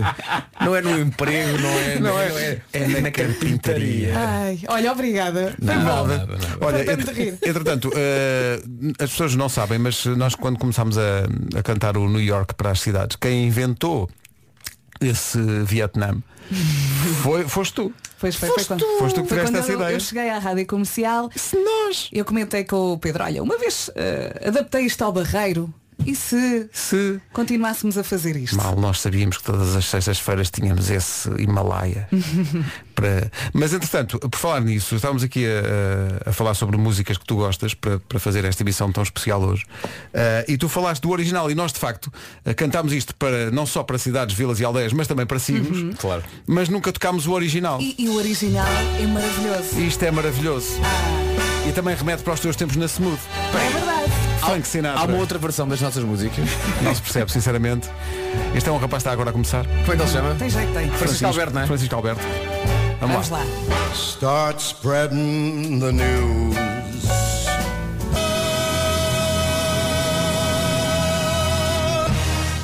[SPEAKER 11] Não é no emprego, não é, não é,
[SPEAKER 1] é na carpintaria.
[SPEAKER 4] Ai, olha, obrigada.
[SPEAKER 1] Não, nada. Olha,
[SPEAKER 4] Fartei-me de
[SPEAKER 1] entre-
[SPEAKER 4] rir.
[SPEAKER 1] entretanto, eh, as pessoas não sabem, mas nós quando começámos a, a cantar o New York para as cidades, quem inventou esse Vietnã foi, foste tu.
[SPEAKER 4] Pois foi, foi quando,
[SPEAKER 1] Foste tu que
[SPEAKER 4] foi
[SPEAKER 1] tiveste
[SPEAKER 4] quando
[SPEAKER 1] essa
[SPEAKER 4] eu,
[SPEAKER 1] ideia.
[SPEAKER 4] eu cheguei à rádio comercial. Se nós. Eu comentei com o Pedro, olha, uma vez eh, adaptei isto ao barreiro e se,
[SPEAKER 1] se
[SPEAKER 4] continuássemos a fazer isto?
[SPEAKER 1] Mal nós sabíamos que todas as sextas-feiras tínhamos esse Himalaia. para... Mas entretanto, por falar nisso, estávamos aqui a, a- a falar sobre músicas que tu gostas para, para fazer esta emissão tão especial hoje. Ah, e tu falaste do original e nós de facto ah, cantámos isto para não só para cidades, vilas e aldeias, mas também para cimos. Claro. Mas nunca tocámos o original.
[SPEAKER 4] E, e o original é maravilhoso.
[SPEAKER 1] Isto é maravilhoso. E também remete para os teus tempos na Smooth.
[SPEAKER 4] É verdade.
[SPEAKER 1] Frank Sinatra.
[SPEAKER 11] Há uma outra versão das nossas músicas.
[SPEAKER 1] Não se percebe, sinceramente. Este é um rapaz que está agora a começar.
[SPEAKER 11] Como é que ele se chama?
[SPEAKER 4] Tem jeito, tem.
[SPEAKER 11] Francisco Alberto, não é?
[SPEAKER 1] Francisco Alberto. Vamos,
[SPEAKER 4] Vamos lá.
[SPEAKER 13] Start spreading the news.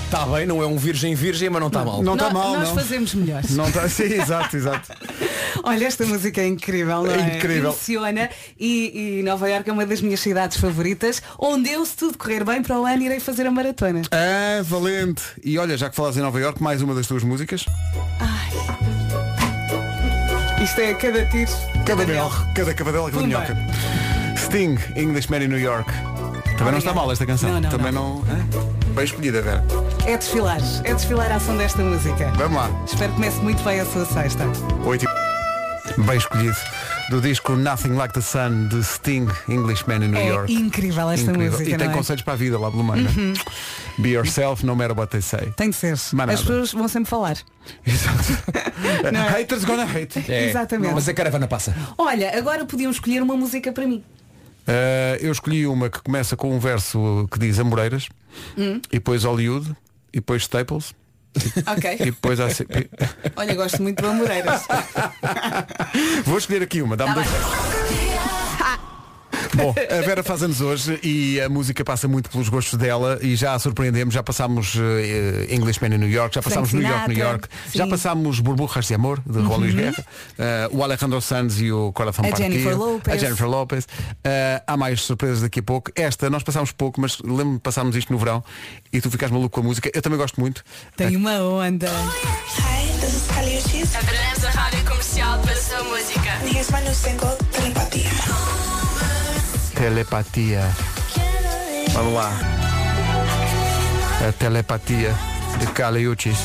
[SPEAKER 11] Está bem, não é um virgem virgem, mas não está mal.
[SPEAKER 1] Não está
[SPEAKER 4] Nó-
[SPEAKER 1] mal,
[SPEAKER 4] nós
[SPEAKER 1] não.
[SPEAKER 4] fazemos melhor.
[SPEAKER 1] Não está, <laughs> sim, exato, exato.
[SPEAKER 4] Olha, esta música é incrível, não é?
[SPEAKER 1] É incrível.
[SPEAKER 4] Emociona e, e Nova Iorque é uma das minhas cidades favoritas, onde eu, se tudo correr bem para o ano, irei fazer a maratona.
[SPEAKER 1] Ah,
[SPEAKER 11] É
[SPEAKER 1] valente. E olha, já que falas em Nova York, mais uma das tuas músicas.
[SPEAKER 4] Isto é cada tiro.
[SPEAKER 1] Cada minhoca. Cada é cavadela, cada
[SPEAKER 4] Pumba.
[SPEAKER 1] minhoca. Sting, Englishman in New York. Também não está mal esta canção.
[SPEAKER 4] Não, não,
[SPEAKER 1] Também não. Hã? Bem escolhida, Vera.
[SPEAKER 4] É desfilar, é desfilar a ação desta música.
[SPEAKER 1] Vamos lá.
[SPEAKER 4] Espero que comece muito bem a sua sexta.
[SPEAKER 1] 8 e... Bem escolhido. Do disco Nothing Like the Sun de Sting, Englishman in New
[SPEAKER 4] é
[SPEAKER 1] York.
[SPEAKER 4] incrível esta
[SPEAKER 1] Incrível.
[SPEAKER 4] música.
[SPEAKER 1] E tem
[SPEAKER 4] não é? Uhum.
[SPEAKER 1] conselhos para a vida lá pelo meio. não é? Be yourself, no matter what they say.
[SPEAKER 4] <laughs> Tem de ser.
[SPEAKER 1] Mais
[SPEAKER 4] As
[SPEAKER 1] nada.
[SPEAKER 4] pessoas vão sempre falar. Não é?
[SPEAKER 1] Haters gonna hate.
[SPEAKER 11] É.
[SPEAKER 4] Exatamente.
[SPEAKER 11] Mas a caravana passa.
[SPEAKER 4] Olha, agora podiam escolher uma música para mim.
[SPEAKER 1] Uh, eu escolhi uma que começa com um verso que diz Amoreiras,
[SPEAKER 4] Hum.
[SPEAKER 1] e depois Hollywood, e depois Staples,
[SPEAKER 11] <laughs>
[SPEAKER 4] Ok.
[SPEAKER 1] e
[SPEAKER 4] <laughs>
[SPEAKER 1] depois ACP.
[SPEAKER 4] Olha, gosto muito de Amoreiras.
[SPEAKER 1] Vou escolher aqui uma,
[SPEAKER 4] Tá
[SPEAKER 1] dá-me dois. Bom, <laughs> a Vera faz anos hoje e a música passa muito pelos gostos dela e já a surpreendemos, já passámos eh, Englishman em New York, já passámos
[SPEAKER 4] Frank
[SPEAKER 1] New York, New
[SPEAKER 4] Sinatra,
[SPEAKER 1] York,
[SPEAKER 4] sim. Uhum.
[SPEAKER 1] já passámos Burburras de Amor, de Juan Luís Guerra, eh, o Alejandro Sanz e o Coração
[SPEAKER 4] A
[SPEAKER 1] Partido,
[SPEAKER 4] Jennifer Lopez.
[SPEAKER 1] a Jennifer Lopez. Eh, há mais surpresas daqui a pouco. Esta, nós passámos pouco, mas lembro-me de passarmos isto no verão e tu ficaste maluco com a música. Eu também gosto muito.
[SPEAKER 4] Tem uma onda.
[SPEAKER 6] Adoramos a rádio comercial para a sua música.
[SPEAKER 14] Here's my new single, Telepatía.
[SPEAKER 1] Telepatia. Vamos lá. A telepatia de Caliuchis.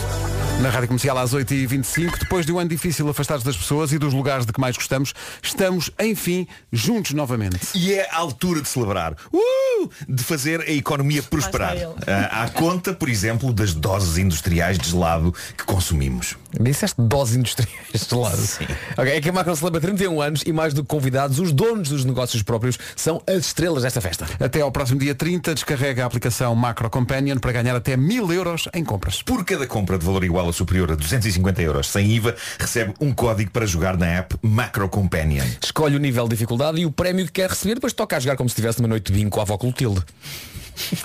[SPEAKER 1] Na Rádio Comercial às 8h25, depois de um ano difícil afastados das pessoas e dos lugares de que mais gostamos, estamos, enfim, juntos novamente.
[SPEAKER 12] E é a altura de celebrar. Uh! De fazer a economia prosperar.
[SPEAKER 1] Lá está
[SPEAKER 12] Ah, à conta, por exemplo, das doses industriais de gelado que consumimos.
[SPEAKER 11] Disseste doses industriais de lado. Ok, é que a Macron celebra 31 anos e mais do que convidados, os donos dos negócios próprios são as estrelas desta festa.
[SPEAKER 1] Até ao próximo dia 30, descarrega a aplicação Macro Companion para ganhar até mil euros em compras.
[SPEAKER 12] Por cada compra de valor igual ou superior a 250 euros sem IVA, recebe um código para jogar na app Macro Companion.
[SPEAKER 11] Escolhe o nível de dificuldade e o prémio que quer receber, depois toca a jogar como se estivesse numa noite de bingo com a avó Clotilde.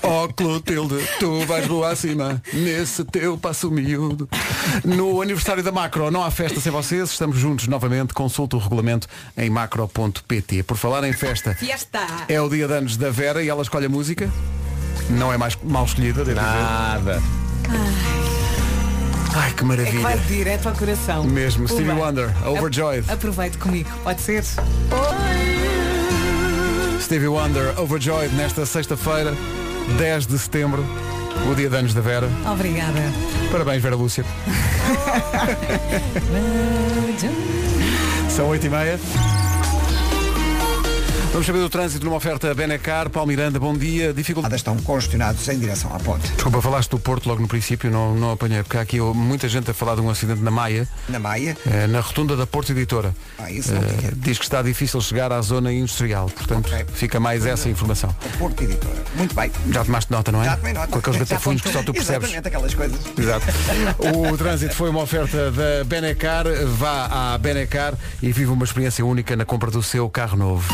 [SPEAKER 1] Oh Clotilde, tu vais voar acima Nesse teu passo miúdo No aniversário da Macro Não há festa sem vocês, estamos juntos novamente Consulta o regulamento em macro.pt Por falar em festa
[SPEAKER 4] Fiesta!
[SPEAKER 1] É o dia de anos da Vera e ela escolhe a música Não é mais mal escolhida devo
[SPEAKER 11] Nada
[SPEAKER 1] Ai que
[SPEAKER 4] É que
[SPEAKER 1] maravilha
[SPEAKER 4] vai É- direto ao coração.
[SPEAKER 1] Mesmo, Stevie
[SPEAKER 4] Uba.
[SPEAKER 1] Wonder, Overjoyed.
[SPEAKER 4] A- Aproveite comigo, pode ser? é-
[SPEAKER 1] Stevie Wonder, Overjoyed Nesta sexta-feira, 10 de setembro O dia de anos da Vera
[SPEAKER 4] Obrigada.
[SPEAKER 1] Parabéns
[SPEAKER 3] <laughs>
[SPEAKER 1] Vera Lúcia São 8 e meia. Vamos saber do trânsito numa oferta Benacar. Paulo Miranda, bom dia. Dificuldades
[SPEAKER 3] estão congestionados em um direção à ponte.
[SPEAKER 1] Desculpa, falaste do Porto logo no princípio, não, não apanhei, porque há aqui muita gente a falar de um acidente na Maia.
[SPEAKER 3] Na Maia?
[SPEAKER 1] Eh, na rotunda da Porto Editora.
[SPEAKER 3] Ah, isso não
[SPEAKER 1] Eh, diz que está difícil chegar à zona industrial, portanto fica mais essa informação.
[SPEAKER 3] Porto Editora. Muito bem.
[SPEAKER 1] Já tomaste nota, não é?
[SPEAKER 3] Já tomei nota.
[SPEAKER 1] Com
[SPEAKER 3] <laughs>
[SPEAKER 1] aqueles
[SPEAKER 3] Já
[SPEAKER 1] gatafunhos que
[SPEAKER 3] fomos-
[SPEAKER 1] só tu percebes.
[SPEAKER 3] Exatamente, aquelas coisas.
[SPEAKER 1] Exato. O trânsito foi uma oferta da Benecar. Vá à Benecar e viva uma experiência única na compra do seu carro novo.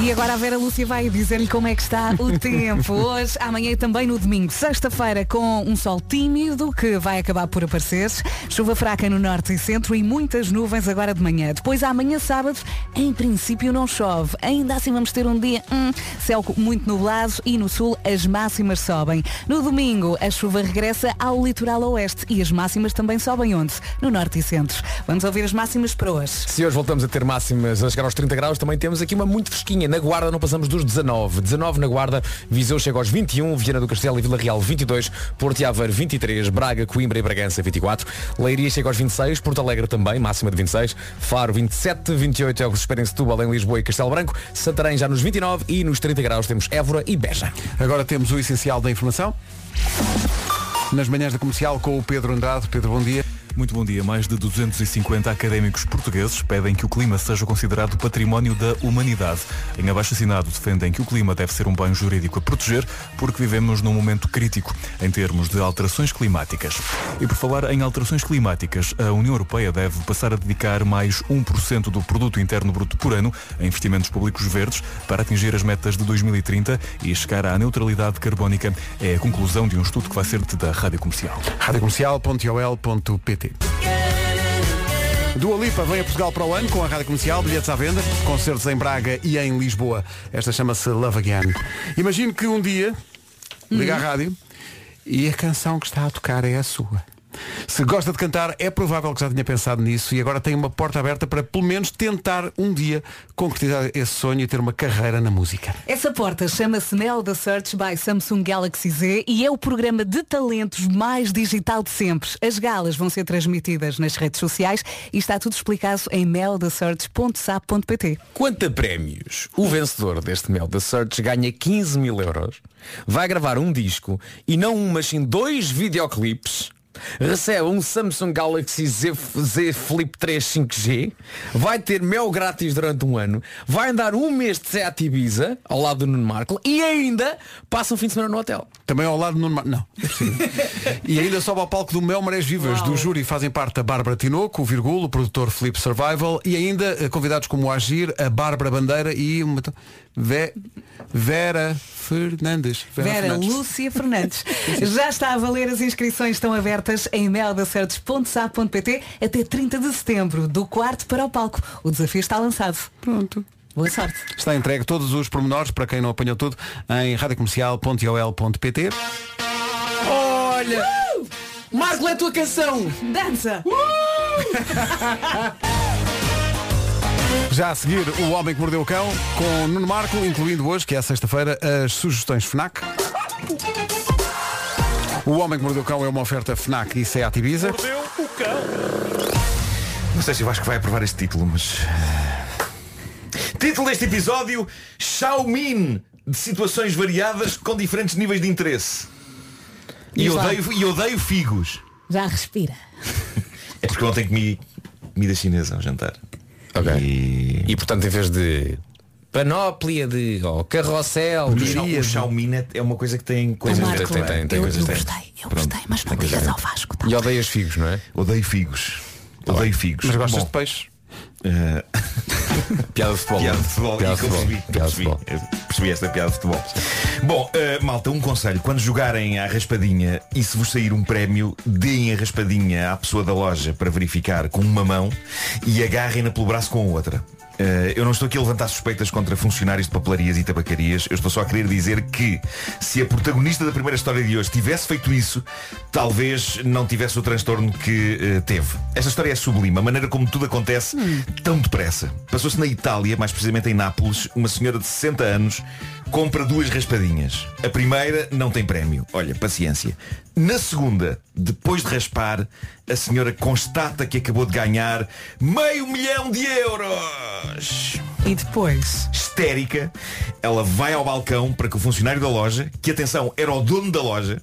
[SPEAKER 4] E agora a Vera Lúcia vai dizer-lhe como é que está o tempo. Hoje, amanhã e também no domingo, sexta-feira, com um sol tímido que vai acabar por aparecer. Chuva fraca no norte e centro e muitas nuvens agora de manhã. Depois, amanhã sábado, em princípio não chove. Ainda assim vamos ter um dia hum, céu muito nublado e no sul as máximas sobem. No domingo, a chuva regressa ao litoral oeste e as máximas também sobem onde? No norte e centro. Vamos ouvir as máximas para hoje.
[SPEAKER 11] Se hoje voltamos a ter máximas a chegar aos 30 graus, também temos aqui uma muito fresquinha. Na Guarda não passamos dos 19. 19 na Guarda, Viseu chega aos 21, Viana do Castelo e Vila Real 22, Porto e Aveiro 23, Braga, Coimbra e Bragança 24, Leiria chega aos 26, Porto Alegre também, máxima de 26, Faro 27, 28 é o que se espera em Setúbal, em Lisboa e Castelo Branco, Santarém já nos 29 e nos 30 graus temos Évora e Beja.
[SPEAKER 1] Agora temos o essencial da informação. Nas manhãs da comercial com o Pedro Andrade. Pedro, bom dia.
[SPEAKER 2] Muito bom dia. Mais de 250 académicos portugueses pedem que o clima seja considerado património da humanidade. Em abaixo-assinado defendem que o clima deve ser um bem jurídico a proteger porque vivemos num momento crítico em termos de alterações climáticas. E por falar em alterações climáticas, a União Europeia deve passar a dedicar mais 1% do produto interno bruto por ano a investimentos públicos verdes para atingir as metas de 2030 e chegar à neutralidade carbónica. É a conclusão de um estudo que vai ser da Rádio Comercial.
[SPEAKER 1] radiocomercial.ol.pt Dua Lipa vem a Portugal para o ano com a Rádio Comercial, bilhetes à venda, concertos em Braga e em Lisboa. Esta chama-se Love Again. Imagino que um dia liga à rádio e a canção que está a tocar é a sua. Se gosta de cantar, é provável que já tenha pensado nisso e agora tem uma porta aberta para pelo menos tentar um dia concretizar esse sonho e ter uma carreira na música.
[SPEAKER 4] Essa porta chama-se Neo da Search by Samsung Galaxy Z e é o programa de talentos mais digital de sempre. As galas vão ser transmitidas nas redes sociais e está tudo explicado em neodasearch.sap.pt.
[SPEAKER 11] Quanto a prémios, o vencedor deste Mel da Search ganha 15 mil euros, vai gravar um disco e não um, mas sim dois videoclipes, recebe um Samsung Galaxy Z, Z Flip 3 5G, vai ter Mel grátis durante um ano, vai andar um mês de Seat Ibiza ao lado do Nuno Marco e ainda passa um fim de semana no hotel.
[SPEAKER 1] Também ao lado Nuno Marco. Não. E ainda sobe ao palco do Mel Marés Vivas. Do júri fazem parte a Bárbara Tinoco, o Virgulo, o produtor Felipe Survival e ainda eh, convidados como o Agir, a Bárbara Bandeira e uma... Ve- Vera Fernandes.
[SPEAKER 4] Vera
[SPEAKER 1] Fernandes.
[SPEAKER 4] Lúcia Fernandes. Já está a valer, as inscrições estão abertas em neodacertes.sap.pt até 30 de setembro, do quarto para o palco. O desafio está lançado.
[SPEAKER 1] Pronto.
[SPEAKER 4] Boa sorte.
[SPEAKER 1] Está entregue todos os pormenores, para quem não apanhou tudo, em radiocomercial.ol.pt
[SPEAKER 11] Olha! Marco, é a tua canção!
[SPEAKER 4] Dança!
[SPEAKER 1] Já a seguir, o Homem que Mordeu o Cão, com Nuno Marco, incluindo hoje, que é a sexta-feira, as sugestões FNAC. O Homem que Mordeu o Cão é uma oferta FNAC e Seat Ibiza.
[SPEAKER 15] o cão.
[SPEAKER 12] Não sei se eu acho que vai aprovar este título, mas. eh, Título deste episódio: Xiaomin de situações variadas com diferentes níveis de interesse. E
[SPEAKER 4] Diz lá.
[SPEAKER 12] odeio, e odeio figos.
[SPEAKER 4] Já respira.
[SPEAKER 12] É porque ontem comi comida chinesa ao jantar.
[SPEAKER 11] Ok. E, portanto, em vez de panóplia de ou carrossel,
[SPEAKER 12] Porque o Xau- o Xiaomi é- é uma coisa que tem coisas
[SPEAKER 11] Marco,
[SPEAKER 12] tem, tem, tem
[SPEAKER 11] eu-
[SPEAKER 12] coisas
[SPEAKER 11] eu
[SPEAKER 12] tem.
[SPEAKER 11] gostei,
[SPEAKER 12] eu gostei, mas não digas ao
[SPEAKER 4] Vasco.
[SPEAKER 11] E odeias figos, não é?
[SPEAKER 12] Odeio figos. Odeio figos.
[SPEAKER 11] Tá Mas gostas
[SPEAKER 12] Bom,
[SPEAKER 11] de peixe?
[SPEAKER 12] eh,
[SPEAKER 11] Piada de futebol.
[SPEAKER 12] Piada de futebol. E
[SPEAKER 11] Piada de futebol.
[SPEAKER 12] Percebi, percebi, eh, percebi esta piada de futebol. Bom, eh, malta, um conselho. Quando jogarem à raspadinha e se vos sair um prémio, deem a raspadinha à pessoa da loja para verificar com uma mão e agarrem-na pelo braço com a outra. Eh, eu não estou aqui a levantar suspeitas contra funcionários de papelarias e tabacarias. Eu estou só a querer dizer que se a protagonista da primeira história de hoje tivesse feito isso, talvez não tivesse o transtorno que eh, teve. Esta história é sublime, a maneira como tudo acontece tão depressa. Passou-se na Itália, mais precisamente em Nápoles, uma senhora de 60 anos compra duas raspadinhas. A primeira não tem prémio. Olha, paciência. Na segunda, depois de raspar, a senhora constata que acabou de ganhar meio milhão de euros. nós.
[SPEAKER 4] E depois?
[SPEAKER 12] Histérica, ela vai ao balcão para que o funcionário da loja, que atenção, era o dono da loja,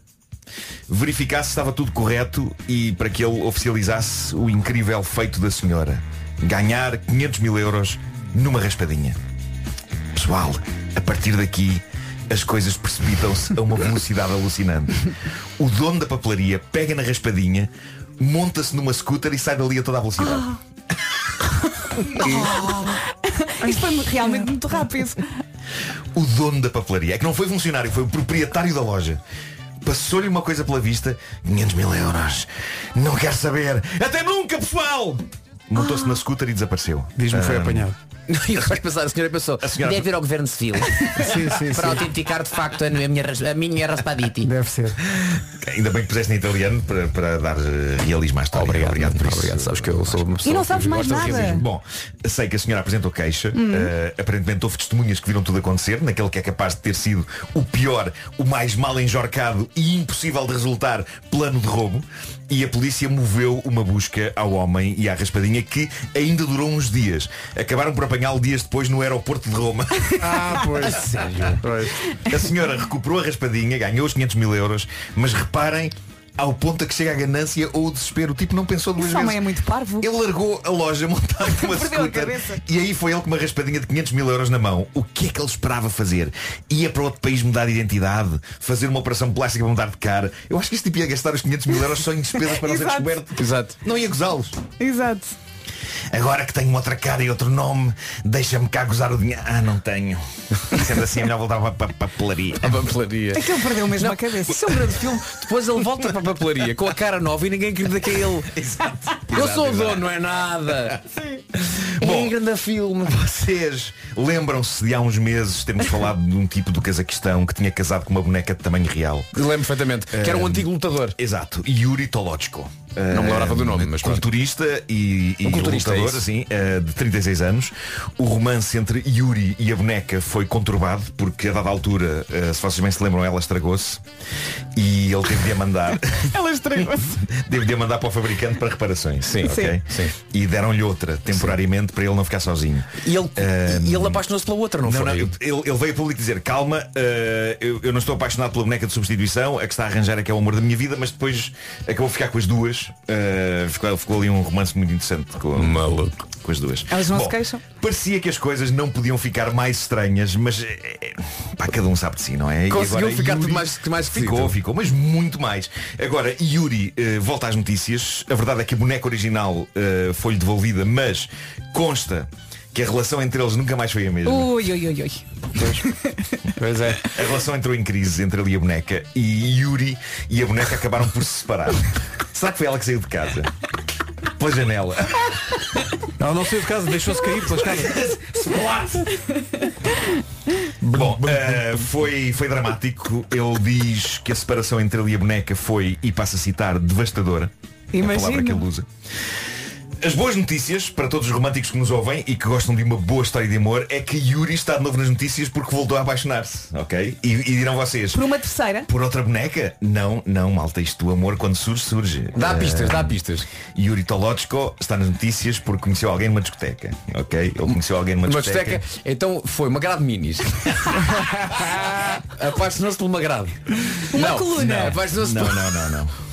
[SPEAKER 12] verificasse se estava tudo correto e para que ele oficializasse o incrível feito da senhora. Ganhar 500 mil euros numa raspadinha. Pessoal, a partir daqui as coisas precipitam-se a uma velocidade alucinante. O dono da papelaria pega na raspadinha, monta-se numa scooter e sai dali a toda a velocidade.
[SPEAKER 4] Isto foi realmente muito rápido.
[SPEAKER 12] O dono da papelaria, é que não foi funcionário, foi o proprietário da loja. Passou-lhe uma coisa pela vista, 500 mil euros. Não quero saber. Até nunca, pessoal! Montou-se na scooter e desapareceu.
[SPEAKER 1] Diz-me que foi
[SPEAKER 12] Ah,
[SPEAKER 1] apanhado.
[SPEAKER 15] E o que vais pensar? A senhora pensou,
[SPEAKER 12] senhora-
[SPEAKER 15] deve ir ao governo
[SPEAKER 12] <laughs>
[SPEAKER 15] civil para autenticar de facto a minha, ras- a minha raspaditi.
[SPEAKER 1] Deve ser.
[SPEAKER 12] Ainda bem que puseste em italiano para, para dar eh, realismo à história. Obrigado, obrigado, por isso. Sabes que eu sou uma
[SPEAKER 4] pessoa não que sabes mais gosta de nada. realismo.
[SPEAKER 12] Bom, sei que a senhora apresentou queixa.
[SPEAKER 4] Hum.
[SPEAKER 12] Eh, aparentemente houve testemunhas que viram tudo acontecer, naquele que é capaz de ter sido o pior, o mais mal enjorcado e impossível de resultar plano de roubo. E a polícia moveu uma busca ao homem e à raspadinha que ainda durou uns dias. Acabaram por apanhá-lo dias depois no aeroporto de
[SPEAKER 4] <laughs>
[SPEAKER 12] Roma.
[SPEAKER 1] Ah, <laughs> pois.
[SPEAKER 12] A senhora recuperou a raspadinha, ganhou os 500 mil euros, mas reparem ao ponto a que chega a ganância ou o desespero. O tipo não pensou duas
[SPEAKER 4] Esse
[SPEAKER 12] vezes.
[SPEAKER 4] homem é muito parvo.
[SPEAKER 12] Ele largou a loja
[SPEAKER 4] <laughs>
[SPEAKER 12] montada numa
[SPEAKER 4] Perdeu a
[SPEAKER 12] scooter
[SPEAKER 4] cabeça.
[SPEAKER 12] e aí foi ele com uma raspadinha de 500 mil euros na mão. O que é que ele esperava fazer? Ia para outro país mudar de identidade, fazer uma operação plástica para mudar de cara. Eu acho que este tipo ia gastar os 500 mil euros só em despesas para não ser
[SPEAKER 4] <laughs> Exato.
[SPEAKER 12] descoberto. Não ia gozá-los.
[SPEAKER 4] Exato.
[SPEAKER 12] Agora que tenho outra cara e outro nome, deixa-me cá gozar o dinheiro. Ah, não tenho. Sendo assim é melhor voltar para a papelaria. A papelaria.
[SPEAKER 4] Aquilo perdeu mesmo a cabeça.
[SPEAKER 15] Isso é um grande filme. Depois ele volta para a papelaria com a cara nova e ninguém acredita que é ele. Eu
[SPEAKER 12] <laughs> Exato,
[SPEAKER 15] sou o
[SPEAKER 12] exato.
[SPEAKER 15] dono, não é nada.
[SPEAKER 12] <laughs> Bom, grande filme. Vocês lembram-se de há uns meses termos falado de um tipo do Cazaquistão que tinha casado com uma boneca de tamanho real?
[SPEAKER 11] Lembro perfeitamente.
[SPEAKER 12] eh,
[SPEAKER 11] Que era um antigo lutador.
[SPEAKER 12] Exato. Yuri Tolochko.
[SPEAKER 11] Não me lembrava do nome,
[SPEAKER 12] Eh,
[SPEAKER 11] mas pronto.
[SPEAKER 12] Culturista e, e
[SPEAKER 11] Um culturista,
[SPEAKER 12] lutador,
[SPEAKER 11] é isso.
[SPEAKER 12] assim, eh, de 36 anos. O romance entre Yuri e a boneca foi conturbado, porque a dada altura, eh, se vocês bem se lembram, ela estragou-se. E ele teve de a
[SPEAKER 11] <laughs>
[SPEAKER 12] mandar. <laughs>
[SPEAKER 4] Ela estragou-se.
[SPEAKER 12] Deveria mandar para o fabricante para reparações. Sim,
[SPEAKER 15] Sim.
[SPEAKER 12] ok? E deram-lhe outra, temporariamente, para ele não ficar sozinho.
[SPEAKER 15] E ele, e ele apaixonou-se pela outra, não,
[SPEAKER 12] eh, Não,
[SPEAKER 15] foi?
[SPEAKER 12] não, ele, ele veio a público dizer Calma, eh, eu, eu não estou apaixonado pela boneca de substituição A que está a arranjar é que é o amor da minha vida Mas depois acabou de ficar com as duas Eh, ficou, ficou ali um romance muito interessante com, Maluco. com as duas
[SPEAKER 4] Elas não
[SPEAKER 12] Bom,
[SPEAKER 4] se queixam?
[SPEAKER 12] Parecia que as coisas não podiam ficar mais estranhas Mas eh, eh, pá, cada um sabe de si, não é? E
[SPEAKER 15] Conseguiu
[SPEAKER 12] agora
[SPEAKER 15] ficar
[SPEAKER 12] Yuri-
[SPEAKER 15] tudo mais- mais esquisito.
[SPEAKER 12] Ficou, ficou, mas muito mais Agora, Yuri eh, volta às notícias A verdade é que a boneca original eh, foi-lhe devolvida Mas consta que a relação entre eles nunca mais foi a mesma
[SPEAKER 4] Ui, ui, ui, ui.
[SPEAKER 12] Pois é. A relação entrou em crise entre ele e a boneca e Yuri e a boneca acabaram por se
[SPEAKER 15] <laughs>
[SPEAKER 12] separar. Será que foi ela que saiu de casa? Pela janela.
[SPEAKER 1] Ela não saiu de casa, deixou-se cair pelas casas.
[SPEAKER 12] Bom, eh, foi, foi dramático. Ele diz que a separação entre ele e a boneca foi, e passo a citar, devastadora. É a palavra
[SPEAKER 4] Imagino.
[SPEAKER 12] que ele usa. As boas notícias para todos os românticos que nos ouvem e que gostam de uma boa história de amor é que Yuri está de novo nas notícias porque voltou a apaixonar-se, ok? E, e dirão vocês,
[SPEAKER 4] Por uma terceira.
[SPEAKER 12] Por outra boneca? Não, não, malta, isto o amor quando surge, surge.
[SPEAKER 4] Dá pistas, dá
[SPEAKER 12] pistas. Yuri Tolochko está nas notícias porque conheceu alguém numa discoteca, ok? Ele conheceu alguém numa
[SPEAKER 15] Uma
[SPEAKER 12] discoteca.
[SPEAKER 15] discoteca, então foi uma grade minis. Apaixonou-se por uma grade.
[SPEAKER 12] Uma
[SPEAKER 15] não,
[SPEAKER 12] coluna.
[SPEAKER 15] Não, apaixonou-se
[SPEAKER 12] Não,
[SPEAKER 15] por...
[SPEAKER 12] não, não, não.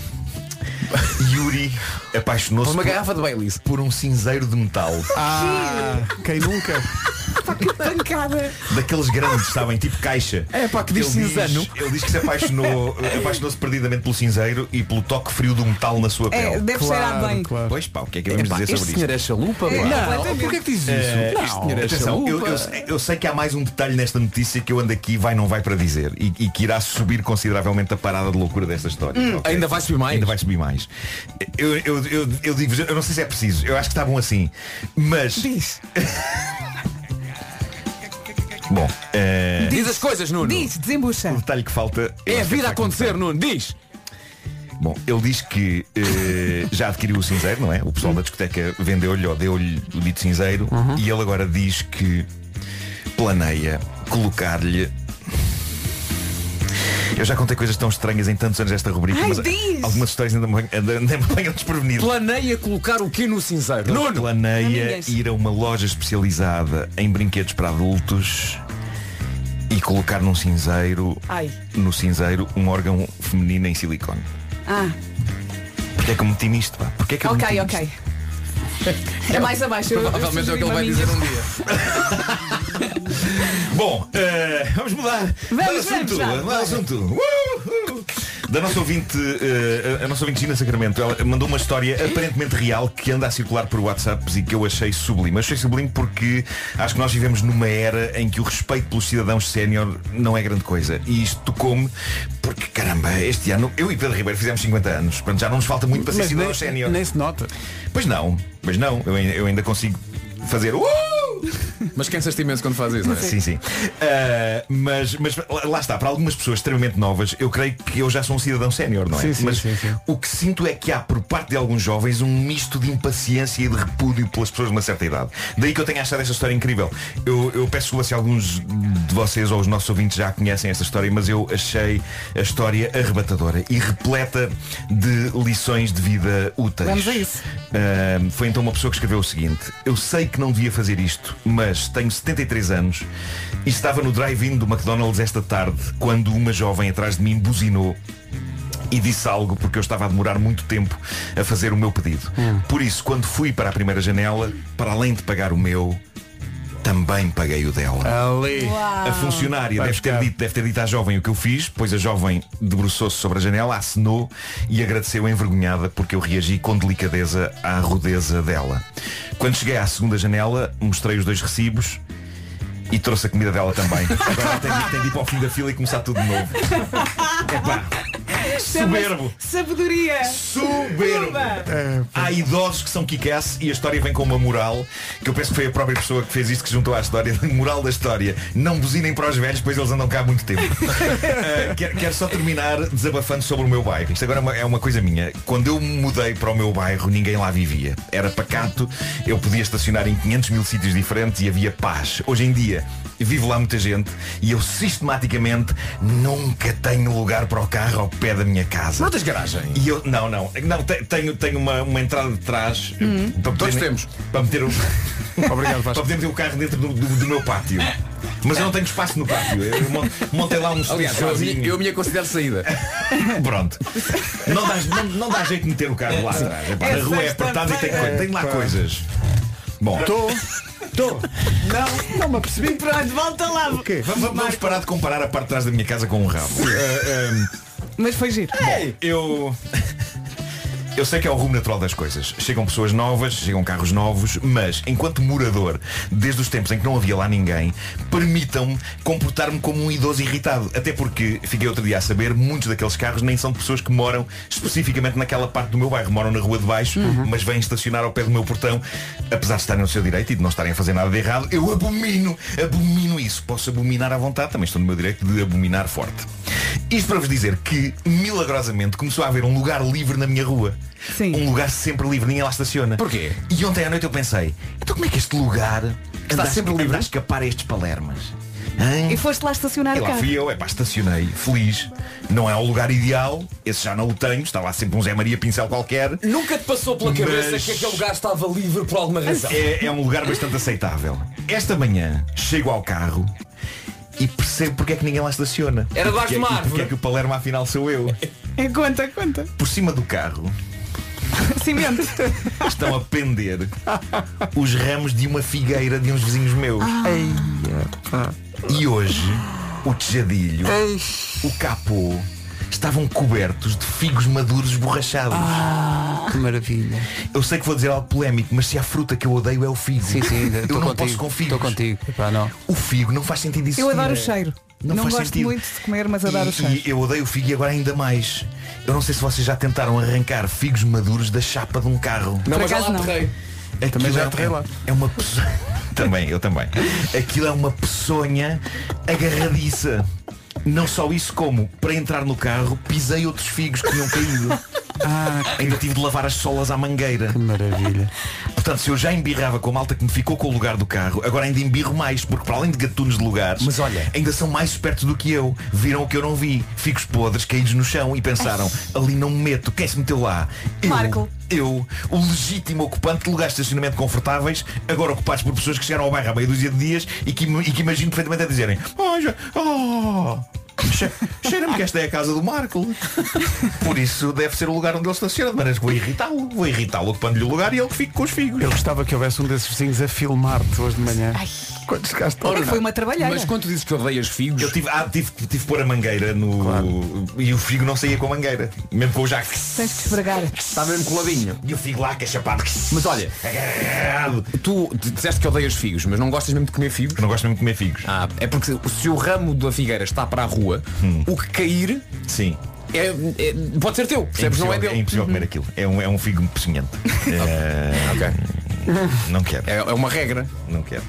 [SPEAKER 12] Yuri apaixonou-se
[SPEAKER 15] Por uma garrafa de
[SPEAKER 12] Baileys por um cinzeiro de metal.
[SPEAKER 1] Ah, quem nunca?
[SPEAKER 4] Que pancada.
[SPEAKER 12] Daqueles grandes, sabem, tipo caixa.
[SPEAKER 15] É, pá, que diz
[SPEAKER 12] Ele
[SPEAKER 15] cinzano.
[SPEAKER 12] Ele diz que se apaixonou, apaixonou-se perdidamente pelo cinzeiro e pelo toque frio do metal na sua
[SPEAKER 4] É,
[SPEAKER 12] pele.
[SPEAKER 4] deve Claro, cheirar bem. claro.
[SPEAKER 12] Pois pá, o que é que vamos
[SPEAKER 15] Epá,
[SPEAKER 12] dizer
[SPEAKER 15] este
[SPEAKER 12] sobre
[SPEAKER 15] senhor
[SPEAKER 12] isto?
[SPEAKER 15] é chalupa,
[SPEAKER 1] É,
[SPEAKER 15] pá.
[SPEAKER 1] não, Não, porquê que dizes isso?
[SPEAKER 12] Eh,
[SPEAKER 1] Não,
[SPEAKER 12] este senhor é
[SPEAKER 1] atenção,
[SPEAKER 12] chalupa. eu,
[SPEAKER 1] eu- eu-
[SPEAKER 12] eu- eu sei que há mais um detalhe nesta notícia que eu ando aqui vai não vai para dizer e, e que irá subir consideravelmente a parada de loucura desta história.
[SPEAKER 15] Hum,
[SPEAKER 12] ok?
[SPEAKER 15] ainda vai subir mais?
[SPEAKER 12] Ainda vai subir mais. Eu, eu, eu, eu digo, eu não sei se é preciso, eu acho que está bom assim. Mas. Diz. bom. eh,
[SPEAKER 15] Diz as coisas, Nuno.
[SPEAKER 4] Diz, desembucha.
[SPEAKER 12] o detalhe que falta eu
[SPEAKER 15] É a
[SPEAKER 12] acho que
[SPEAKER 15] vida a
[SPEAKER 12] está
[SPEAKER 15] acontecer, Nuno, diz.
[SPEAKER 12] Bom, ele diz que eh, já adquiriu o cinzeiro, não é? O pessoal da discoteca vendeu-lhe ou deu-lhe o dito cinzeiro
[SPEAKER 15] Uhum.
[SPEAKER 12] e ele agora diz que planeia colocar-lhe Eu já contei coisas tão estranhas em tantos anos desta rubrica,
[SPEAKER 15] Ai,
[SPEAKER 12] mas
[SPEAKER 15] diz!
[SPEAKER 12] algumas histórias ainda me ainda- ainda me apanham desprevenido.
[SPEAKER 11] Planeia colocar o que no cinzeiro?
[SPEAKER 12] Nuno! Planeia
[SPEAKER 11] Amigas.
[SPEAKER 12] ir a uma loja especializada em brinquedos para adultos e colocar num cinzeiro,
[SPEAKER 4] Ai.
[SPEAKER 12] no cinzeiro, um órgão feminino em silicone.
[SPEAKER 4] Ah,
[SPEAKER 12] Porquê é que eu meti nisto? Pá? Porquê é que eu meti
[SPEAKER 4] ok,
[SPEAKER 12] nisto? <laughs>
[SPEAKER 4] ok. É mais abaixo. eu- eu
[SPEAKER 7] Provavelmente é o que ele vai
[SPEAKER 4] sugeri
[SPEAKER 7] dizer um
[SPEAKER 4] uma
[SPEAKER 7] dia.
[SPEAKER 12] Bom, eh, vamos mudar. um
[SPEAKER 7] Vamos,
[SPEAKER 12] Dá assunto.
[SPEAKER 7] vamos, já.
[SPEAKER 12] dá assunto. Uh, uh. Da nossa ouvinte, eh, a- a nossa ouvinte Gina Sacramento, ela mandou uma história aparentemente real que anda a circular por WhatsApps e que eu achei sublime. Achei sublime porque acho que nós vivemos numa era em que o respeito pelos cidadãos sénior não é grande coisa. E isto tocou-me porque, caramba, este ano eu e Pedro Ribeiro fizemos 50 anos. Portanto, já não nos falta muito para ser
[SPEAKER 1] Mas nem,
[SPEAKER 12] cidadãos sénior.
[SPEAKER 1] nem se nota.
[SPEAKER 12] Pois não, pois não. Eu, ai- eu ainda consigo fazer. "Uh!"
[SPEAKER 7] Mas cansaste imenso quando faz isso, não é?
[SPEAKER 12] Sim, sim. Ah, mas, mas lá- lá está, para algumas pessoas extremamente novas, eu creio que eu já sou um cidadão sénior, não é?
[SPEAKER 1] Sim, sim,
[SPEAKER 12] mas
[SPEAKER 1] sim, sim.
[SPEAKER 12] o que sinto é que há por parte de alguns jovens um misto de impaciência e de repúdio pelas pessoas de uma certa idade. Daí que eu tenho achado esta história incrível. Eu, eu peço desculpa se alguns de vocês ou os nossos ouvintes já conhecem esta história, mas eu achei a história arrebatadora e repleta de lições de vida úteis.
[SPEAKER 4] Vamos a isso.
[SPEAKER 12] Ahm, foi então uma pessoa que escreveu o seguinte Eu sei que não devia fazer isto Mas tenho 73 anos E estava no drive-in do McDonald's esta tarde Quando uma jovem atrás de mim buzinou e disse algo porque eu estava a demorar muito tempo a fazer o meu pedido. Por isso, quando fui para a primeira janela, para além de pagar o meu, também paguei o dela.
[SPEAKER 1] Ali.
[SPEAKER 12] A funcionária deve ter, dito, deve ter dito à jovem o que eu fiz, pois a jovem debruçou-se sobre a janela, acenou e agradeceu envergonhada porque eu reagi com delicadeza à rudeza dela. Quando cheguei à segunda janela, mostrei os dois recibos e trouxe a comida dela <laughs> também. Agora tem, de- tem de ir para o fim da fila e começar tudo de novo. Epá, soberbo.
[SPEAKER 4] Sabedoria.
[SPEAKER 12] Soberbo.
[SPEAKER 4] Pumba.
[SPEAKER 12] Há idosos que são kick-ass e a história vem com uma moral que eu penso que foi a própria pessoa que fez isto que juntou à história. <laughs> Moral da história. Não buzinem para os velhos, pois eles andam cá há muito tempo. Eh, quero, quero só terminar desabafando sobre o meu bairro. Isto agora é uma, é uma coisa minha. Quando eu me mudei para o meu bairro, ninguém lá vivia. Era pacato, eu podia estacionar em 500 mil sítios diferentes e havia paz. Hoje em dia, vivo lá muita gente e eu sistematicamente nunca tenho lugar para o carro ao pé da minha casa.
[SPEAKER 15] Não tens garagem?
[SPEAKER 12] E eu, não, não. Não, te- tenho, tenho uma, uma entrada de trás. eh,
[SPEAKER 15] Hum.
[SPEAKER 12] Para
[SPEAKER 15] Todos
[SPEAKER 12] meter-
[SPEAKER 15] temos.
[SPEAKER 12] Para meter o. Obrigado, Para poder meter o carro dentro do, do- do meu pátio. Mas eu não tenho espaço no pátio. Eu mon- montei lá um
[SPEAKER 7] Aliás, eu a minha- eu a minha considero saída.
[SPEAKER 12] Pronto. Não dá, não, não dá jeito de meter o carro lá atrás. Epá, a
[SPEAKER 7] Essa
[SPEAKER 12] rua é apertada e tem,
[SPEAKER 7] também.
[SPEAKER 12] coi- tem lá
[SPEAKER 7] Pá.
[SPEAKER 12] coisas. Bom.
[SPEAKER 1] Estou. Estou. Não, não me apercebi.
[SPEAKER 4] Pronto, volta lá.
[SPEAKER 12] Vamos, vamos parar de comparar a parte de trás da minha casa com um rabo. Eh, ehm,
[SPEAKER 4] Mas foi giro.
[SPEAKER 12] eu. Eu sei que é o rumo natural das coisas. Chegam pessoas novas, chegam carros novos, mas enquanto morador, desde os tempos em que não havia lá ninguém, permitam-me comportar-me como um idoso irritado. Até porque, fiquei outro dia a saber, muitos daqueles carros nem são de pessoas que moram especificamente naquela parte do meu bairro. Moram na rua de baixo, mas vêm estacionar ao pé do meu portão. Apesar de estarem no seu direito e de não estarem a fazer nada de errado, eu abomino, abomino isso. Posso abominar à vontade, também estou no meu direito de abominar forte. Isto para vos dizer que, milagrosamente, começou a haver um lugar livre na minha rua. Um lugar sempre livre, ninguém lá estaciona. Porquê? E ontem à noite eu pensei, então como é que este lugar está sempre livre a escapar a estes palermas? Hã?
[SPEAKER 4] E foste lá estacionar
[SPEAKER 12] E
[SPEAKER 4] o
[SPEAKER 12] lá
[SPEAKER 4] carro.
[SPEAKER 12] fui eu, é pá, estacionei, feliz. Não é o lugar ideal, esse já não o tenho, está lá sempre um Zé Maria Pincel qualquer.
[SPEAKER 11] Nunca te passou pela cabeça
[SPEAKER 12] Mas-
[SPEAKER 11] que aquele lugar estava livre por alguma razão.
[SPEAKER 12] É, é um lugar bastante aceitável. Esta manhã chego ao carro e percebo porque é que ninguém lá estaciona.
[SPEAKER 15] Era debaixo
[SPEAKER 12] Porque
[SPEAKER 15] de
[SPEAKER 12] é-
[SPEAKER 15] uma
[SPEAKER 12] e Porque
[SPEAKER 15] árvore.
[SPEAKER 12] é que o Palermo afinal sou eu.
[SPEAKER 4] É conta, conta.
[SPEAKER 12] Por cima do carro
[SPEAKER 4] Cimento.
[SPEAKER 12] estão a pender os ramos de uma figueira de uns vizinhos meus.
[SPEAKER 4] Ah.
[SPEAKER 12] E hoje o tejadilho, o capô, estavam cobertos de figos maduros borrachados.
[SPEAKER 4] Ah.
[SPEAKER 1] Que maravilha.
[SPEAKER 12] Eu sei que vou dizer algo polémico, mas se há fruta que eu odeio é o figo.
[SPEAKER 1] Sim, sim,
[SPEAKER 12] eu
[SPEAKER 1] estou
[SPEAKER 12] não
[SPEAKER 1] contigo.
[SPEAKER 12] posso com figos.
[SPEAKER 1] Estou contigo. Epá, não.
[SPEAKER 12] O figo não faz sentido isso.
[SPEAKER 4] Eu adoro o cheiro. Não,
[SPEAKER 12] É. Não faz
[SPEAKER 4] gosto
[SPEAKER 12] sentido.
[SPEAKER 4] muito de comer, mas adoro o
[SPEAKER 12] E,
[SPEAKER 4] cheiro.
[SPEAKER 12] e eu odeio o figo e agora ainda mais. Eu não sei se vocês já tentaram arrancar figos maduros da chapa de um carro.
[SPEAKER 4] Não, Por mas já acaso lá não. aterrei.
[SPEAKER 12] Aquilo
[SPEAKER 1] Também já
[SPEAKER 12] é-
[SPEAKER 1] aterrei lá.
[SPEAKER 12] É uma peçonha. <laughs> também, eu também. Aquilo é uma peçonha agarradiça. Não só isso como, para entrar no carro, pisei outros figos que tinham caído.
[SPEAKER 1] Ah,
[SPEAKER 12] Ainda tive de lavar as solas à mangueira. Que
[SPEAKER 1] maravilha.
[SPEAKER 12] Portanto, se eu já embirrava com a malta que me ficou com o lugar do carro, agora ainda embirro mais, porque para além de gatunos de lugares, Mas olha, ainda são mais espertos do que eu. Viram o que eu não vi. Ficos podres, caídos no chão e pensaram, ali não me meto. Quem se meteu lá? Eu.
[SPEAKER 9] Marco.
[SPEAKER 12] Eu, o legítimo ocupante de lugares de estacionamento confortáveis, agora ocupados por pessoas que chegaram ao bairro há meia dúzia de dias e que, e que imagino perfeitamente a dizerem Oh, já- oh, che- cheira-me que esta é a casa do Marco. Por isso deve ser o lugar onde ele estaciona, de maneira que vou irritá-lo. Vou irritá-lo ocupando-lhe o lugar e ele que fique com os figos.
[SPEAKER 1] Eu gostava que houvesse um desses vizinhos a filmar-te hoje de manhã. Quantos cá
[SPEAKER 4] É
[SPEAKER 1] estão?
[SPEAKER 12] Mas quando tu dizes que odeias figos.
[SPEAKER 15] tipo,
[SPEAKER 12] Eu tive, ah, tive, tive que pôr a mangueira no. E o figo não saía com a mangueira. Mesmo com o Jack.
[SPEAKER 4] Tens que esfregar.
[SPEAKER 12] Está mesmo coladinho. E o figo lá que é chapado.
[SPEAKER 15] Mas olha, tu d- disseste que odeias figos, mas não gostas mesmo de comer figos?
[SPEAKER 12] Não gosto mesmo de comer figos.
[SPEAKER 15] Ah, é porque se o ramo da figueira está para a rua, o que cair
[SPEAKER 12] Sim.
[SPEAKER 15] é, é- pode ser teu, percebes? não é
[SPEAKER 12] impossível-
[SPEAKER 15] dele.
[SPEAKER 12] impossível comer aquilo. É um, é um figo peçonhento. É, Não quero.
[SPEAKER 15] É, é uma regra.
[SPEAKER 12] Não quero.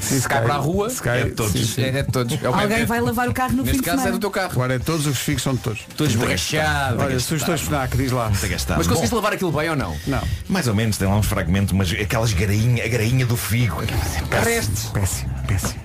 [SPEAKER 15] Se, cai para a rua, é de todos. É de todos. É o
[SPEAKER 4] Alguém
[SPEAKER 15] mesmo.
[SPEAKER 4] vai lavar o carro no fim de semana.
[SPEAKER 15] carro.
[SPEAKER 1] Agora é todos os figos são de todos.
[SPEAKER 15] Estou esborrachado.
[SPEAKER 1] Olha, sugestões FNAC, diz lá.
[SPEAKER 15] Mas conseguiste lavar aquilo bem ou não?
[SPEAKER 1] Não.
[SPEAKER 12] Mais ou menos, tem lá uns fragmentos, mas aquelas grainha, a grainha do figo.
[SPEAKER 15] Restes.
[SPEAKER 1] Péssimo, péssimo.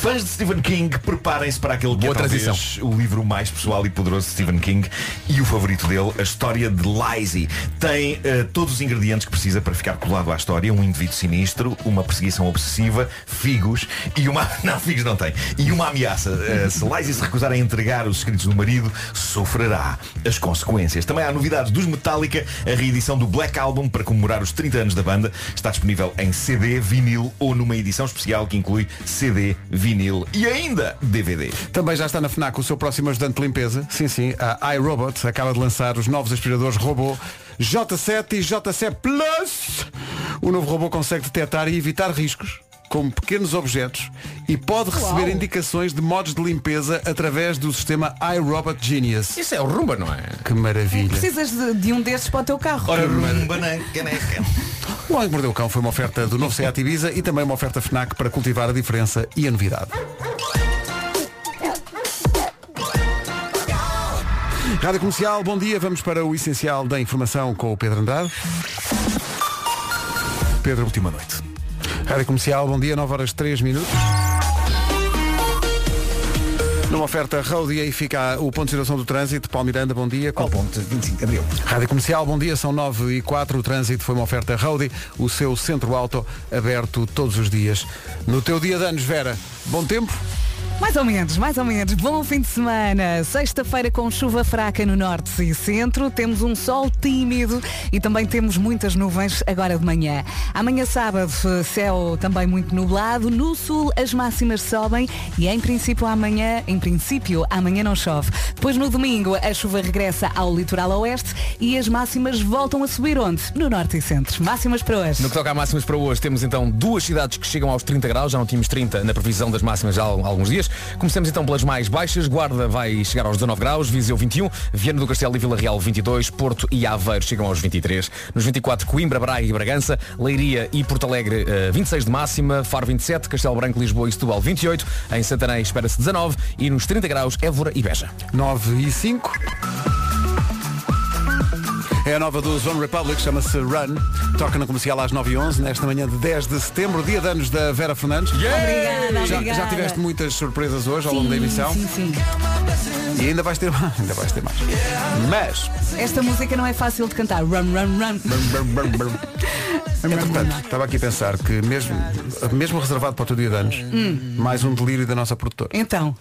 [SPEAKER 12] Fãs de Stephen King, preparem-se para aquele que
[SPEAKER 15] Boa
[SPEAKER 12] é talvez
[SPEAKER 15] transição.
[SPEAKER 12] o livro mais pessoal e poderoso de Stephen King e o favorito dele, a história de Lizzie. Tem eh, todos os ingredientes que precisa para ficar colado à história, um indivíduo sinistro, uma perseguição obsessiva, figos e uma. <laughs> Não, figos não tem. E uma ameaça. Eh, se Lizzie se recusar a entregar os escritos do marido, sofrerá as consequências. Também há novidades dos Metallica, a reedição do Black Album para comemorar os 30 anos da banda está disponível em CD, vinil ou numa edição especial que inclui CD, vinil e ainda DVD.
[SPEAKER 1] Também já está na FNAC o seu próximo ajudante de limpeza. Sim, sim, a iRobot acaba de lançar os novos aspiradores robô J7 e J7 Plus. O novo robô consegue detectar e evitar riscos como pequenos objetos e pode receber indicações de modos de limpeza através do sistema iRobot Genius.
[SPEAKER 15] Isso é o Rumba, não é?
[SPEAKER 1] Que maravilha.
[SPEAKER 4] Precisas de, de um desses para o teu carro.
[SPEAKER 1] O Homem que Mordeu o Cão foi uma oferta do novo Seat Ibiza e também uma oferta FNAC para cultivar a diferença e a novidade. Rádio Comercial, bom dia. Vamos para o essencial da informação com o Pedro Andrade. Pedro, última noite. Rádio Comercial, bom dia, 9 horas 3 minutos. Numa oferta road e aí fica o ponto de situação do trânsito. Paulo Miranda, bom dia. Qual
[SPEAKER 3] ponto? 25 de Abril.
[SPEAKER 1] Rádio Comercial, bom dia, são 9 e 4. O trânsito foi uma oferta road, o seu centro auto aberto todos os dias. No teu dia de anos, Vera, bom tempo?
[SPEAKER 4] Mais ou menos, mais ou menos. Bom fim de semana. Sexta-feira com chuva fraca no norte e centro. Temos um sol tímido e também temos muitas nuvens agora de manhã. Amanhã sábado, céu também muito nublado. No sul as máximas sobem e em princípio amanhã, em princípio, amanhã não chove. Depois no domingo a chuva regressa ao litoral oeste e as máximas voltam a subir onde? No norte e centro. Máximas para hoje.
[SPEAKER 11] No que toca a máximas para hoje, temos então duas cidades que chegam aos 30 graus, já não tínhamos 30 na previsão das máximas há al- alguns dias. Começamos então pelas mais baixas, Guarda vai chegar aos 19 graus, Viseu 21, Viana do Castelo e Vila Real 22, Porto e Aveiro chegam aos 23, nos 24 Coimbra, Braga e Bragança, Leiria e Porto Alegre eh, 26 de máxima, Faro 27, Castelo Branco, Lisboa e Setúbal 28, em Santarém espera-se 19 e nos 30 graus Évora e <laughs> Beja.
[SPEAKER 1] 9 e 5. É a nova do Zone Republic, chama-se Run. Toca na comercial às 9 e 11 nesta manhã de 10 de setembro, dia de anos da Vera Fernandes.
[SPEAKER 4] Obrigada,
[SPEAKER 1] já,
[SPEAKER 4] obrigada.
[SPEAKER 1] já tiveste muitas surpresas hoje ao longo da emissão.
[SPEAKER 4] Sim, sim.
[SPEAKER 1] E ainda vais ter mais. Ainda vais ter mais. Mas.
[SPEAKER 4] Esta música não é fácil de cantar. Run, run, run.
[SPEAKER 1] Entretanto, estava aqui a pensar que mesmo, mesmo reservado para o teu dia de anos,
[SPEAKER 4] Hum.
[SPEAKER 1] mais um delírio da nossa produtora.
[SPEAKER 4] Então,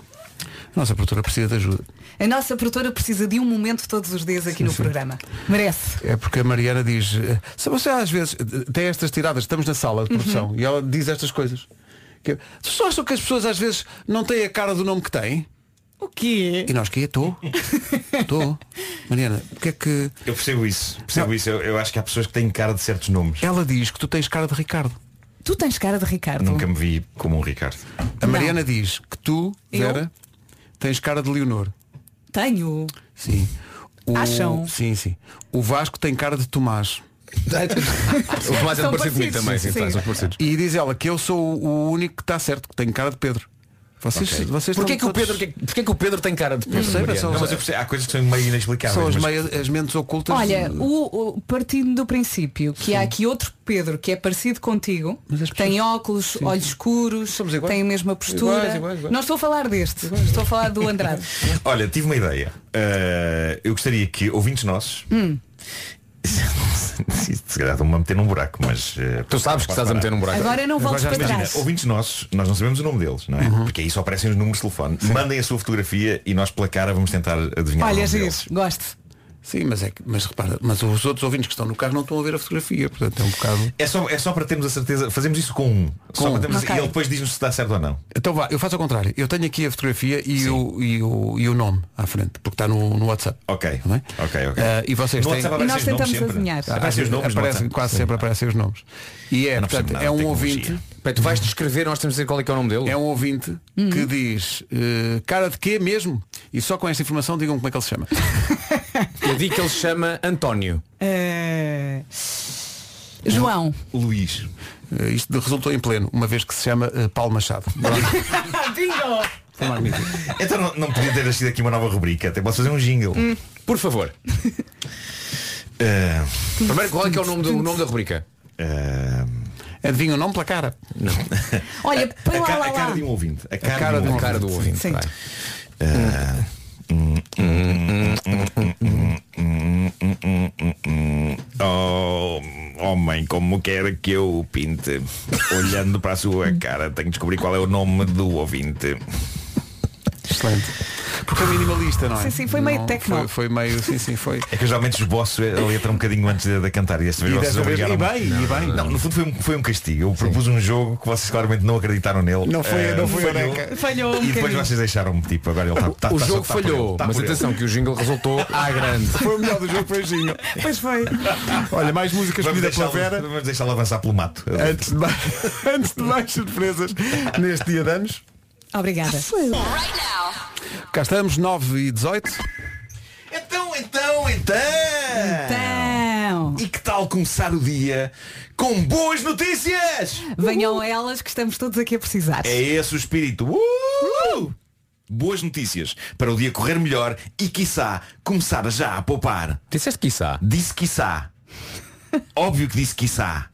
[SPEAKER 1] A nossa produtora precisa de ajuda.
[SPEAKER 4] a nossa produtora precisa de um momento todos os dias aqui no programa. Merece.
[SPEAKER 1] É porque a Mariana diz, eh, se você às vezes eh, tem estas tiradas, estamos na sala de produção
[SPEAKER 4] Uhum.
[SPEAKER 1] e ela diz estas coisas. Que, tu só acham que as pessoas às vezes não têm a cara do nome que têm?
[SPEAKER 4] O quê?
[SPEAKER 1] E nós
[SPEAKER 4] <laughs>
[SPEAKER 1] que estou? Estou. Mariana, o que é que.
[SPEAKER 12] Eu percebo isso. Percebo isso. Eu, eu acho que há pessoas que têm cara de certos nomes.
[SPEAKER 1] Ela diz que tu tens cara de Ricardo.
[SPEAKER 4] Tu tens cara de Ricardo.
[SPEAKER 12] Nunca me vi como um Ricardo.
[SPEAKER 1] A Mariana diz que tu,
[SPEAKER 4] Eu?
[SPEAKER 1] Vera, tens cara de Leonor.
[SPEAKER 4] Tenho.
[SPEAKER 1] Sim. O...
[SPEAKER 4] Acham?
[SPEAKER 1] Sim, sim. O Vasco tem cara de Tomás.
[SPEAKER 15] O Tomás
[SPEAKER 12] é um
[SPEAKER 15] é São parecido comigo parecidos, também, sim, sim. tá, são
[SPEAKER 1] E diz ela que eu sou o único que está certo, que tenho cara de Pedro. Vocês,
[SPEAKER 12] Ok.
[SPEAKER 1] vocês
[SPEAKER 11] Porquê que,
[SPEAKER 1] estão
[SPEAKER 11] o Pedro, que- porquê que o Pedro tem cara de
[SPEAKER 1] Não sei, mas são-
[SPEAKER 12] Não, mas eu percebo, há coisas que são meio inexplicáveis.
[SPEAKER 1] São as,
[SPEAKER 12] mas-
[SPEAKER 1] meias, as mentes ocultas.
[SPEAKER 4] Olha, o, o- partindo do princípio que há aqui outro Pedro que é parecido contigo, que tem óculos, olhos escuros, tem a mesma postura.
[SPEAKER 12] Iguais, iguais, iguais.
[SPEAKER 4] Não estou a falar deste, estou a falar do Andrade.
[SPEAKER 12] Olha, tive uma ideia. Ah, eu gostaria que ouvintes nossos.
[SPEAKER 4] Hum.
[SPEAKER 12] <laughs> Se calhar estão-me a meter num buraco, mas. ah,
[SPEAKER 11] Tu sabes que
[SPEAKER 12] posso
[SPEAKER 11] estás a meter
[SPEAKER 12] parar.
[SPEAKER 11] num buraco.
[SPEAKER 4] Agora não
[SPEAKER 12] <laughs> Agora
[SPEAKER 4] voltes
[SPEAKER 12] já
[SPEAKER 4] para
[SPEAKER 12] imagina,
[SPEAKER 4] trás.
[SPEAKER 12] Ouvintes nossos, nós não sabemos o nome deles, não é?
[SPEAKER 11] Uhum.
[SPEAKER 12] Porque aí só aparecem os números de telefone. Mandem a sua fotografia e nós pela cara vamos tentar adivinhar. o
[SPEAKER 4] Olha,
[SPEAKER 11] é
[SPEAKER 12] nome
[SPEAKER 4] giro,
[SPEAKER 12] deles.
[SPEAKER 4] gosto.
[SPEAKER 1] Sim, mas é que, mas repara, mas os outros ouvintes que estão no carro não estão a ver a fotografia, portanto é um bocado.
[SPEAKER 12] É só, é só para termos a certeza, fazemos isso com um. só
[SPEAKER 1] Com
[SPEAKER 12] para
[SPEAKER 1] um.
[SPEAKER 12] termos,
[SPEAKER 1] Ok.
[SPEAKER 12] E ele depois diz-nos se dá certo ou não.
[SPEAKER 1] Então vá, eu faço ao contrário. Eu tenho aqui a fotografia e, o, e, o, e o nome à frente, porque está no, no WhatsApp.
[SPEAKER 12] Ok. Ok, ok.
[SPEAKER 1] Ah, e vocês
[SPEAKER 12] No
[SPEAKER 1] têm...
[SPEAKER 12] WhatsApp aparecem E nós os nomes tentamos sempre. adivinhar.
[SPEAKER 1] Ah,
[SPEAKER 12] Aparecem os nomes no
[SPEAKER 1] aparecem-
[SPEAKER 12] WhatsApp.
[SPEAKER 1] quase
[SPEAKER 12] Sim.
[SPEAKER 1] sempre aparecem os nomes. E é,
[SPEAKER 12] Eu não percebo
[SPEAKER 1] portanto,
[SPEAKER 12] nada de
[SPEAKER 1] é um
[SPEAKER 12] tecnologia.
[SPEAKER 1] ouvinte.
[SPEAKER 11] Pá, tu vais descrever, nós temos de dizer qual é que é o nome dele.
[SPEAKER 1] É um ouvinte
[SPEAKER 4] Uhum.
[SPEAKER 1] que diz eh, cara de quê mesmo? E só com esta informação digam como é que ele
[SPEAKER 4] <laughs>
[SPEAKER 1] se chama.
[SPEAKER 11] Eu digo é que ele se chama António.
[SPEAKER 4] Eh, João.
[SPEAKER 12] Luís.
[SPEAKER 1] Eh, isto resultou em pleno, uma vez que se chama eh,
[SPEAKER 4] <laughs>
[SPEAKER 1] Paulo Machado.
[SPEAKER 4] Bingo!
[SPEAKER 1] Foi magnífico.
[SPEAKER 12] Então não, não podia ter nascido aqui uma nova rubrica. Até posso fazer um jingle.
[SPEAKER 11] Hum, Por favor.
[SPEAKER 12] Ah,
[SPEAKER 11] Primeiro, qual é que é o nome, do, o nome da rubrica?
[SPEAKER 12] ah,
[SPEAKER 1] Adivinha o nome pela cara?
[SPEAKER 12] Não.
[SPEAKER 4] Olha, põe
[SPEAKER 12] a,
[SPEAKER 4] lá,
[SPEAKER 12] ca-
[SPEAKER 4] lá,
[SPEAKER 12] a
[SPEAKER 4] lá.
[SPEAKER 12] cara de um ouvinte. A cara,
[SPEAKER 11] cara
[SPEAKER 12] de
[SPEAKER 11] do-
[SPEAKER 12] um
[SPEAKER 11] a cara do ouvinte,
[SPEAKER 4] Sim. vai.
[SPEAKER 12] Ah, hum, hum, hum, hum, hum, hum, hum, hum, hum. Oh, homem, como quer que eu o pinte, olhando para a sua cara, tenho que descobrir qual é o nome do ouvinte.
[SPEAKER 1] Excelente. Porque foi minimalista, não é?
[SPEAKER 4] Sim, sim, foi meio
[SPEAKER 1] Não,
[SPEAKER 4] tecno.
[SPEAKER 1] Foi, foi meio, sim, sim, foi.
[SPEAKER 12] É que eu geralmente esboço a letra um bocadinho antes de, de cantar e esta vez
[SPEAKER 1] E
[SPEAKER 12] vocês
[SPEAKER 1] desta vez-
[SPEAKER 12] obrigaram-me-
[SPEAKER 1] e bem, e bem.
[SPEAKER 12] Não, no fundo foi um, foi um castigo. Eu propus um jogo que vocês claramente não acreditaram nele.
[SPEAKER 1] Não foi-
[SPEAKER 12] Ah,
[SPEAKER 1] não foi
[SPEAKER 12] falhou.
[SPEAKER 1] Eureka.
[SPEAKER 4] Falhou um
[SPEAKER 12] E depois
[SPEAKER 4] bocadinho.
[SPEAKER 12] vocês deixaram-me tipo, agora ele está tá,
[SPEAKER 11] o
[SPEAKER 12] tá-
[SPEAKER 11] jogo
[SPEAKER 12] tá por
[SPEAKER 11] falhou,
[SPEAKER 12] ele, tá
[SPEAKER 11] mas
[SPEAKER 12] por ele.
[SPEAKER 11] atenção que o jingle resultou à grande.
[SPEAKER 1] Foi o melhor do jogo, foi o jingle.
[SPEAKER 12] <laughs>
[SPEAKER 4] Pois foi.
[SPEAKER 1] Olha, mais músicas
[SPEAKER 12] Vamos
[SPEAKER 1] pedidas pela
[SPEAKER 12] deixá-lo
[SPEAKER 1] Vera.
[SPEAKER 12] vamos deixá-lo avançar pelo mato.
[SPEAKER 1] Antes de, mais, <laughs> antes de mais surpresas neste dia de anos.
[SPEAKER 4] Obrigada.
[SPEAKER 1] Cá estamos, 9 e 18.
[SPEAKER 12] Então, então, então!
[SPEAKER 4] Então,
[SPEAKER 12] E que tal começar o dia com boas notícias?
[SPEAKER 4] venham elas que estamos todos aqui a precisar.
[SPEAKER 12] É esse o espírito. Uh! Boas notícias para o dia correr melhor e, quiçá, começar já a poupar.
[SPEAKER 11] Disseste quiçá.
[SPEAKER 12] Disse quiçá. Óbvio que disse quiçá.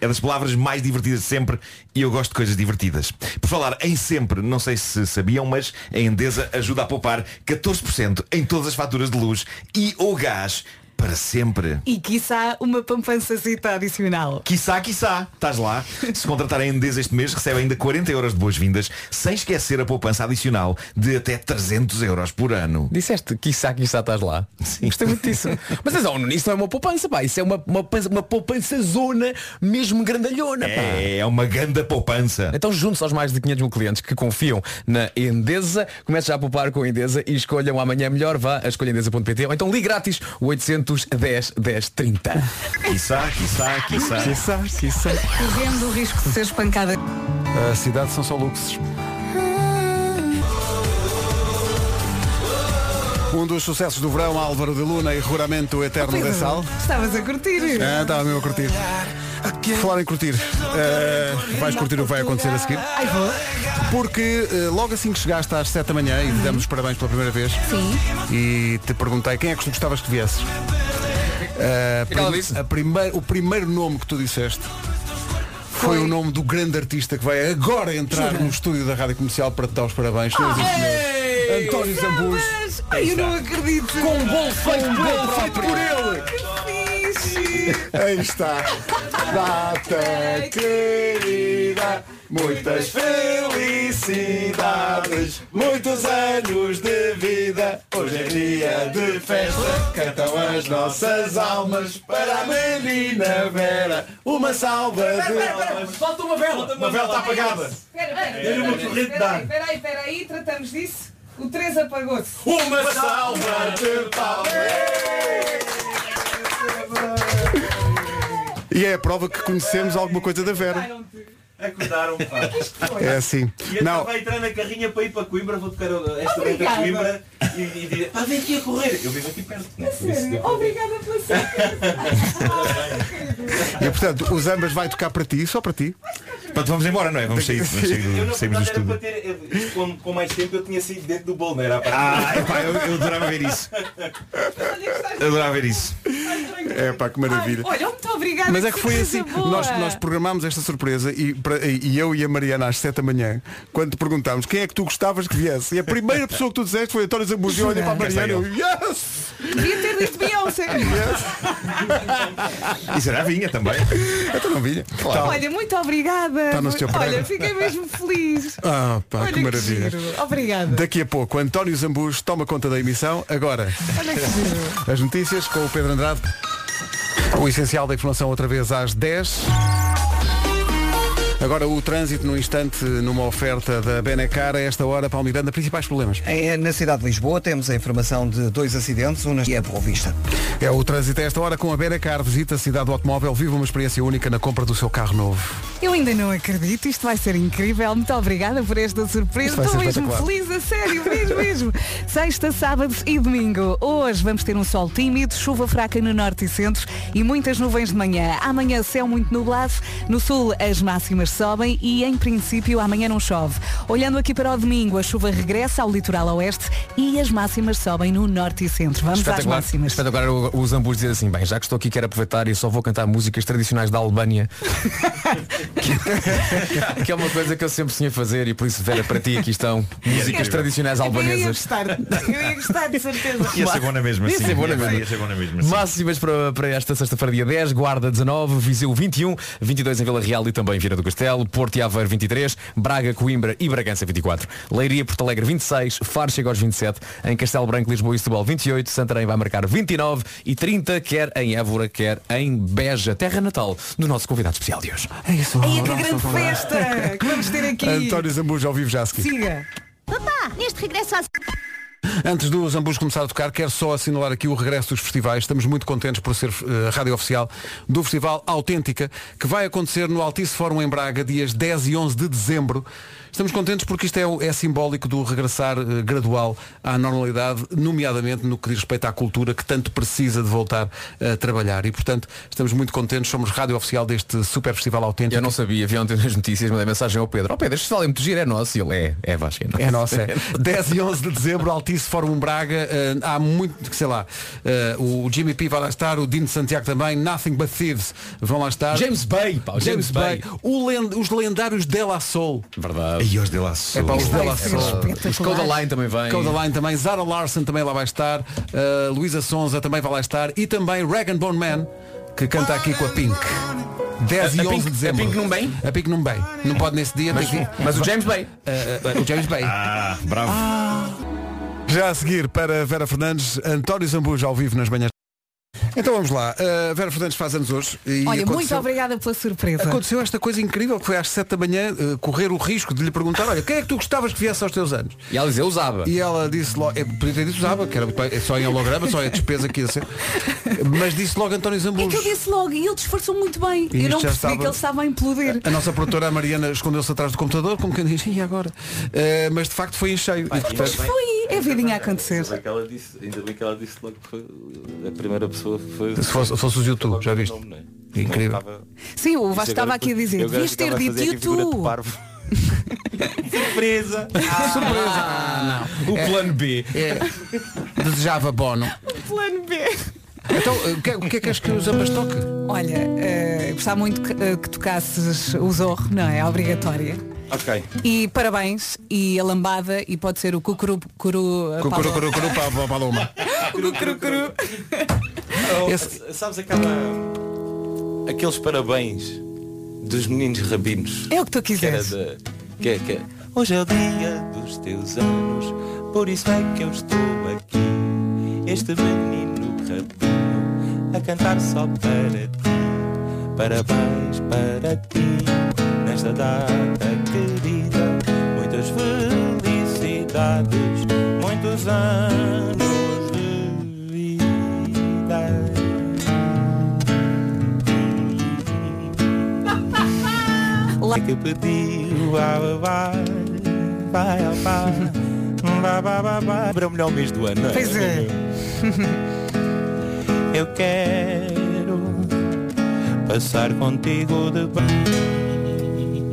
[SPEAKER 12] É das palavras mais divertidas de sempre e eu gosto de coisas divertidas. Por falar em sempre, não sei se sabiam, mas a Endesa ajuda a poupar 14% em todas as faturas de luz e ou gás para sempre.
[SPEAKER 4] E quiçá uma pampançacita adicional.
[SPEAKER 12] Quiçá, quiçá, estás lá. Se contratar a Endesa este mês, recebe ainda 40 euros de boas-vindas, sem esquecer a poupança adicional de até 300 euros por ano.
[SPEAKER 11] Disseste quiçá, quiçá estás lá. Sim. Gostei muito disso. Mas atenção, isso não é uma poupança, pá. Isso é uma, uma, poupança- uma poupança zona mesmo grandalhona, pá.
[SPEAKER 12] É, é uma ganda poupança.
[SPEAKER 11] Então junte-se aos mais de 500 mil clientes que confiam na Endesa, comece já a poupar com a Endesa e escolham amanhã melhor, vá a escolhaendesa.pt ou então ligue grátis o 810 10 30.
[SPEAKER 12] Quiçá, quiçá, quiçá.
[SPEAKER 4] Correndo o risco de ser espancada.
[SPEAKER 1] A cidade são só luxos. Um dos sucessos do verão, Álvaro de Luna e Ruramento Eterno de Sal.
[SPEAKER 4] Estavas a curtir.
[SPEAKER 1] Ah, estava mesmo a curtir. Falar em curtir. eh, vais curtir o que vai acontecer a seguir.
[SPEAKER 4] Ai, vou.
[SPEAKER 1] Porque eh, logo assim que chegaste às 7 da manhã e te damos os parabéns pela primeira vez.
[SPEAKER 4] Sim.
[SPEAKER 1] E te perguntei quem é que gostavas que viesses. Eh,
[SPEAKER 11] que ela
[SPEAKER 1] prim-
[SPEAKER 11] disse?
[SPEAKER 1] a primeir- o primeiro nome que tu disseste foi, o nome do grande artista que vai agora entrar no estúdio da Rádio Comercial para te dar os parabéns. senhoras e senhores. António Zambus.
[SPEAKER 4] Mas, ai, eu não acredito. Com um bolo feito por ele. Que
[SPEAKER 9] <laughs>
[SPEAKER 4] fixe.
[SPEAKER 1] Aí está. Data querida, muitas felicidades, muitos anos de vida. Hoje é dia de festa, cantam as nossas almas para a menina Vera. Uma salva de.
[SPEAKER 11] Falta uma vela!
[SPEAKER 1] Uma
[SPEAKER 9] tá
[SPEAKER 1] vela está apagada.
[SPEAKER 4] Espera,
[SPEAKER 1] uma corrente de ar.
[SPEAKER 4] aí, espera aí, tratamos disso. O 3 apagou-se.
[SPEAKER 1] Uma salva de E é a prova que conhecemos alguma coisa da Vera.
[SPEAKER 9] Acordaram, pá.
[SPEAKER 1] É assim.
[SPEAKER 9] E eu
[SPEAKER 1] Não,
[SPEAKER 9] estava a entrar na carrinha para ir para Coimbra, vou tocar esta letra
[SPEAKER 4] Obrigada.
[SPEAKER 9] de Coimbra e, e dizer, pá, vem aqui a correr. Eu vivo aqui perto. Né? Por isso deu-
[SPEAKER 4] Obrigada pela sua
[SPEAKER 1] e portanto, os ambas vai tocar para ti, só para ti.
[SPEAKER 12] Pronto, vamos embora, não é? Vamos sair, vamos sair
[SPEAKER 9] Eu não
[SPEAKER 12] do, saímos do
[SPEAKER 9] era para
[SPEAKER 12] estúdio.
[SPEAKER 9] ter, eu- com, com mais tempo eu tinha saído dentro do bolo, não era a
[SPEAKER 12] Ah, epá, eu, eu adorava ver isso. Adorava ver isso.
[SPEAKER 1] É pá, que maravilha.
[SPEAKER 4] Olha, muito obrigada.
[SPEAKER 1] Mas é que foi assim,
[SPEAKER 4] surpresa boa.
[SPEAKER 1] nós, nós programámos esta surpresa e, para- e- e eu e a Mariana às 7 da manhã, quando te perguntámos quem é que tu gostavas que viesse, e a primeira pessoa que tu disseste foi António Zambujo, olha para a
[SPEAKER 12] Cá está
[SPEAKER 1] Mariana e eu, yes!
[SPEAKER 4] Devia ter dito Beyoncé.
[SPEAKER 12] E será vinha também?
[SPEAKER 1] Então não vinha.
[SPEAKER 4] Olha, muito obrigada.
[SPEAKER 1] Tá no seu
[SPEAKER 4] Olha,
[SPEAKER 1] programa.
[SPEAKER 4] fiquei mesmo feliz.
[SPEAKER 1] Ah, pá,
[SPEAKER 4] Olha
[SPEAKER 1] que
[SPEAKER 4] que
[SPEAKER 1] maravilha.
[SPEAKER 4] giro. Obrigada.
[SPEAKER 1] Daqui a pouco, António Zambujo toma conta da emissão. Agora,
[SPEAKER 4] Olha que giro.
[SPEAKER 1] as notícias com o Pedro Andrade. O essencial da informação outra vez às 10. Agora o trânsito num instante numa oferta da Benecar a esta hora para Miranda, principais problemas.
[SPEAKER 3] É, na cidade de Lisboa temos a informação de dois acidentes, um na e a Boa Vista.
[SPEAKER 1] É o trânsito a esta hora com a Benacar. Visita a cidade do automóvel, viva uma experiência única na compra do seu carro novo.
[SPEAKER 4] Eu ainda não acredito, isto vai ser incrível. Muito obrigada por esta
[SPEAKER 1] Isto
[SPEAKER 4] surpresa.
[SPEAKER 1] vai ser
[SPEAKER 4] Estou mesmo
[SPEAKER 1] espetacular.
[SPEAKER 4] feliz, a sério, mesmo, mesmo. Sexta, sábado e domingo. Hoje vamos ter um sol tímido, chuva fraca no norte e centro e muitas nuvens de manhã. Amanhã céu muito nublado, no sul as máximas sobem e em princípio amanhã não chove. Olhando aqui para o domingo, a chuva regressa ao litoral oeste e as máximas sobem no norte e centro. Vamos às
[SPEAKER 11] Espetacular,
[SPEAKER 4] máximas.
[SPEAKER 11] espetacular o, o Zambus dizer assim, bem, já que estou aqui quero aproveitar e só vou cantar músicas tradicionais da Albânia. <laughs> que, que é uma coisa que eu sempre sonhei fazer e por isso, Vera, para ti aqui estão músicas tradicionais
[SPEAKER 4] Eu ia
[SPEAKER 11] albanesas.
[SPEAKER 4] gostar, eu ia gostar de certeza.
[SPEAKER 12] Ia ser bom na mesma,
[SPEAKER 11] Ia
[SPEAKER 12] sim.
[SPEAKER 11] ser bom na
[SPEAKER 12] Ia-
[SPEAKER 11] mesma.
[SPEAKER 12] ia ser bom na mesma, sim.
[SPEAKER 11] Máximas para, para esta sexta-feira, dia 10, Guarda 19, Viseu 21, 22 em Vila Real e também em Vieira do Castelo, Porto e Aveiro 23, Braga, Coimbra e Bragança 24, Leiria, Porto Alegre 26, Faro chega aos 27, em Castelo Branco, Lisboa e Setúbal 28, Santarém vai marcar 29 e 30, quer em Évora, quer em Beja, terra natal do nosso convidado especial de hoje.
[SPEAKER 1] É isso.
[SPEAKER 4] Ai, que grande festa que vamos ter aqui.
[SPEAKER 1] António Zambujo ao vivo já a seguir.
[SPEAKER 4] Siga.
[SPEAKER 10] Papá, neste regresso às...
[SPEAKER 1] Antes do Zambujo começar a tocar, quero só assinalar aqui o regresso dos festivais. Estamos muito contentes por ser eh, rádio oficial do Festival Autêntica, que vai acontecer no Altice Fórum em Braga, dias 10 e 11 de dezembro. Estamos contentes porque isto é, o- é simbólico do regressar eh, gradual à normalidade, nomeadamente no que diz respeito à cultura, que tanto precisa de voltar a trabalhar. E, portanto, estamos muito contentes, somos rádio oficial deste super festival autêntico.
[SPEAKER 11] Eu não sabia, vi ontem nas notícias, mandei mensagem ao Pedro. Ó Pedro, este festival é muito giro, é nosso. E ele é, é Vasco, é nosso.
[SPEAKER 1] É nossa.
[SPEAKER 11] <laughs>
[SPEAKER 1] é. 10 e 11 de dezembro, Altice Fórum Braga. Eh, há muito, que sei lá, eh, o Jimmy P vai lá estar, o Dino Santiago também, Nothing But Thieves vão lá estar. Oh,
[SPEAKER 11] James Bay, pá, o James Bay.
[SPEAKER 1] O lend- os lendários Della Soul.
[SPEAKER 11] Verdade.
[SPEAKER 12] E os de lá
[SPEAKER 1] É para os
[SPEAKER 12] Soul.
[SPEAKER 1] Della
[SPEAKER 11] ser
[SPEAKER 1] Soul.
[SPEAKER 11] espetacular. Os Codaline também vêm.
[SPEAKER 1] Codaline também. Zara Larson também lá vai estar. eh, Luísa Sonza também vai lá estar. E também Rag and Bone Man, que canta aqui com a Pink. 10
[SPEAKER 11] A- a
[SPEAKER 1] e 11
[SPEAKER 11] Pink-
[SPEAKER 1] de dezembro.
[SPEAKER 11] a Pink não vem?
[SPEAKER 1] A Pink não bem. Não pode nesse dia.
[SPEAKER 11] Mas-
[SPEAKER 1] tem
[SPEAKER 11] mas o James Bay.
[SPEAKER 1] Eh, eh, o James Bay.
[SPEAKER 12] Ah, bravo.
[SPEAKER 1] Já a seguir para Vera Fernandes, António Zambujo ao vivo nas manhãs. Então vamos lá, a Vera Fernandes faz anos hoje e
[SPEAKER 4] Olha, muito
[SPEAKER 1] aconteceu,
[SPEAKER 4] obrigada pela surpresa.
[SPEAKER 1] aconteceu esta coisa incrível que foi às 7 da manhã eh, correr o risco de lhe perguntar, olha, quem é que tu gostavas que viesse aos teus anos?
[SPEAKER 11] E ela dizia, usava.
[SPEAKER 1] E ela disse logo, é, podia ter dito usava, que era muito bem, é só em holograma, só é a despesa que ia ser, mas disse logo António
[SPEAKER 4] É que eu
[SPEAKER 1] Zambujo.
[SPEAKER 4] disse logo, e ele disfarçou muito bem.
[SPEAKER 1] E
[SPEAKER 4] eu não
[SPEAKER 1] isto já
[SPEAKER 4] percebi
[SPEAKER 1] estava-
[SPEAKER 4] que ele estava a implodir.
[SPEAKER 1] A nossa produtora a Mariana escondeu-se atrás do computador, como quem diz, e agora? Eh, mas de facto foi em cheio. E,
[SPEAKER 4] Mas
[SPEAKER 1] portanto,
[SPEAKER 4] foi, é vidinha a acontecer.
[SPEAKER 9] Ainda bem que ela disse, ainda bem que ela disse logo que foi a primeira pessoa que foi.
[SPEAKER 1] Se fosse- fosse os YouTube, já viste?
[SPEAKER 9] é?
[SPEAKER 1] É Incrível.
[SPEAKER 4] Sim, o Vasco estava aqui a dizer, devias ter dito e tu.
[SPEAKER 9] Surpresa!
[SPEAKER 12] Ah,
[SPEAKER 1] Surpresa!
[SPEAKER 11] O plano B.
[SPEAKER 1] É,
[SPEAKER 4] <laughs>
[SPEAKER 1] desejava Bono.
[SPEAKER 4] Um Plano B.
[SPEAKER 1] Então, eh, o que, é- o que é que és que os ambas toca?
[SPEAKER 4] Olha, eh, gostava muito que, eh, que tocasses o Zorro, não é? É Obrigatória.
[SPEAKER 9] Ok.
[SPEAKER 4] E parabéns, e a lambada, e pode ser o cucuru... Curu, Paloma.
[SPEAKER 1] para Paloma.
[SPEAKER 4] Cucuru, curu.
[SPEAKER 9] Oh,
[SPEAKER 1] Esse-
[SPEAKER 9] Sabes aquela. Aqueles parabéns dos meninos rabinos.
[SPEAKER 4] É o que tu
[SPEAKER 9] Que era
[SPEAKER 4] quiseres.
[SPEAKER 9] da. Que, é- que, é, hoje é o dia dos teus anos, por isso é que eu estou aqui. Este menino rabino a cantar só para ti. Parabéns para ti, nesta data querida. Muitas felicidades, muitos anos de vida.
[SPEAKER 4] Lá-
[SPEAKER 9] que pediu ao pai, vai ao pai, vai, vai, vai, vai, para o melhor mês do ano. não
[SPEAKER 4] Pois é.
[SPEAKER 9] Eu quero passar contigo de bem.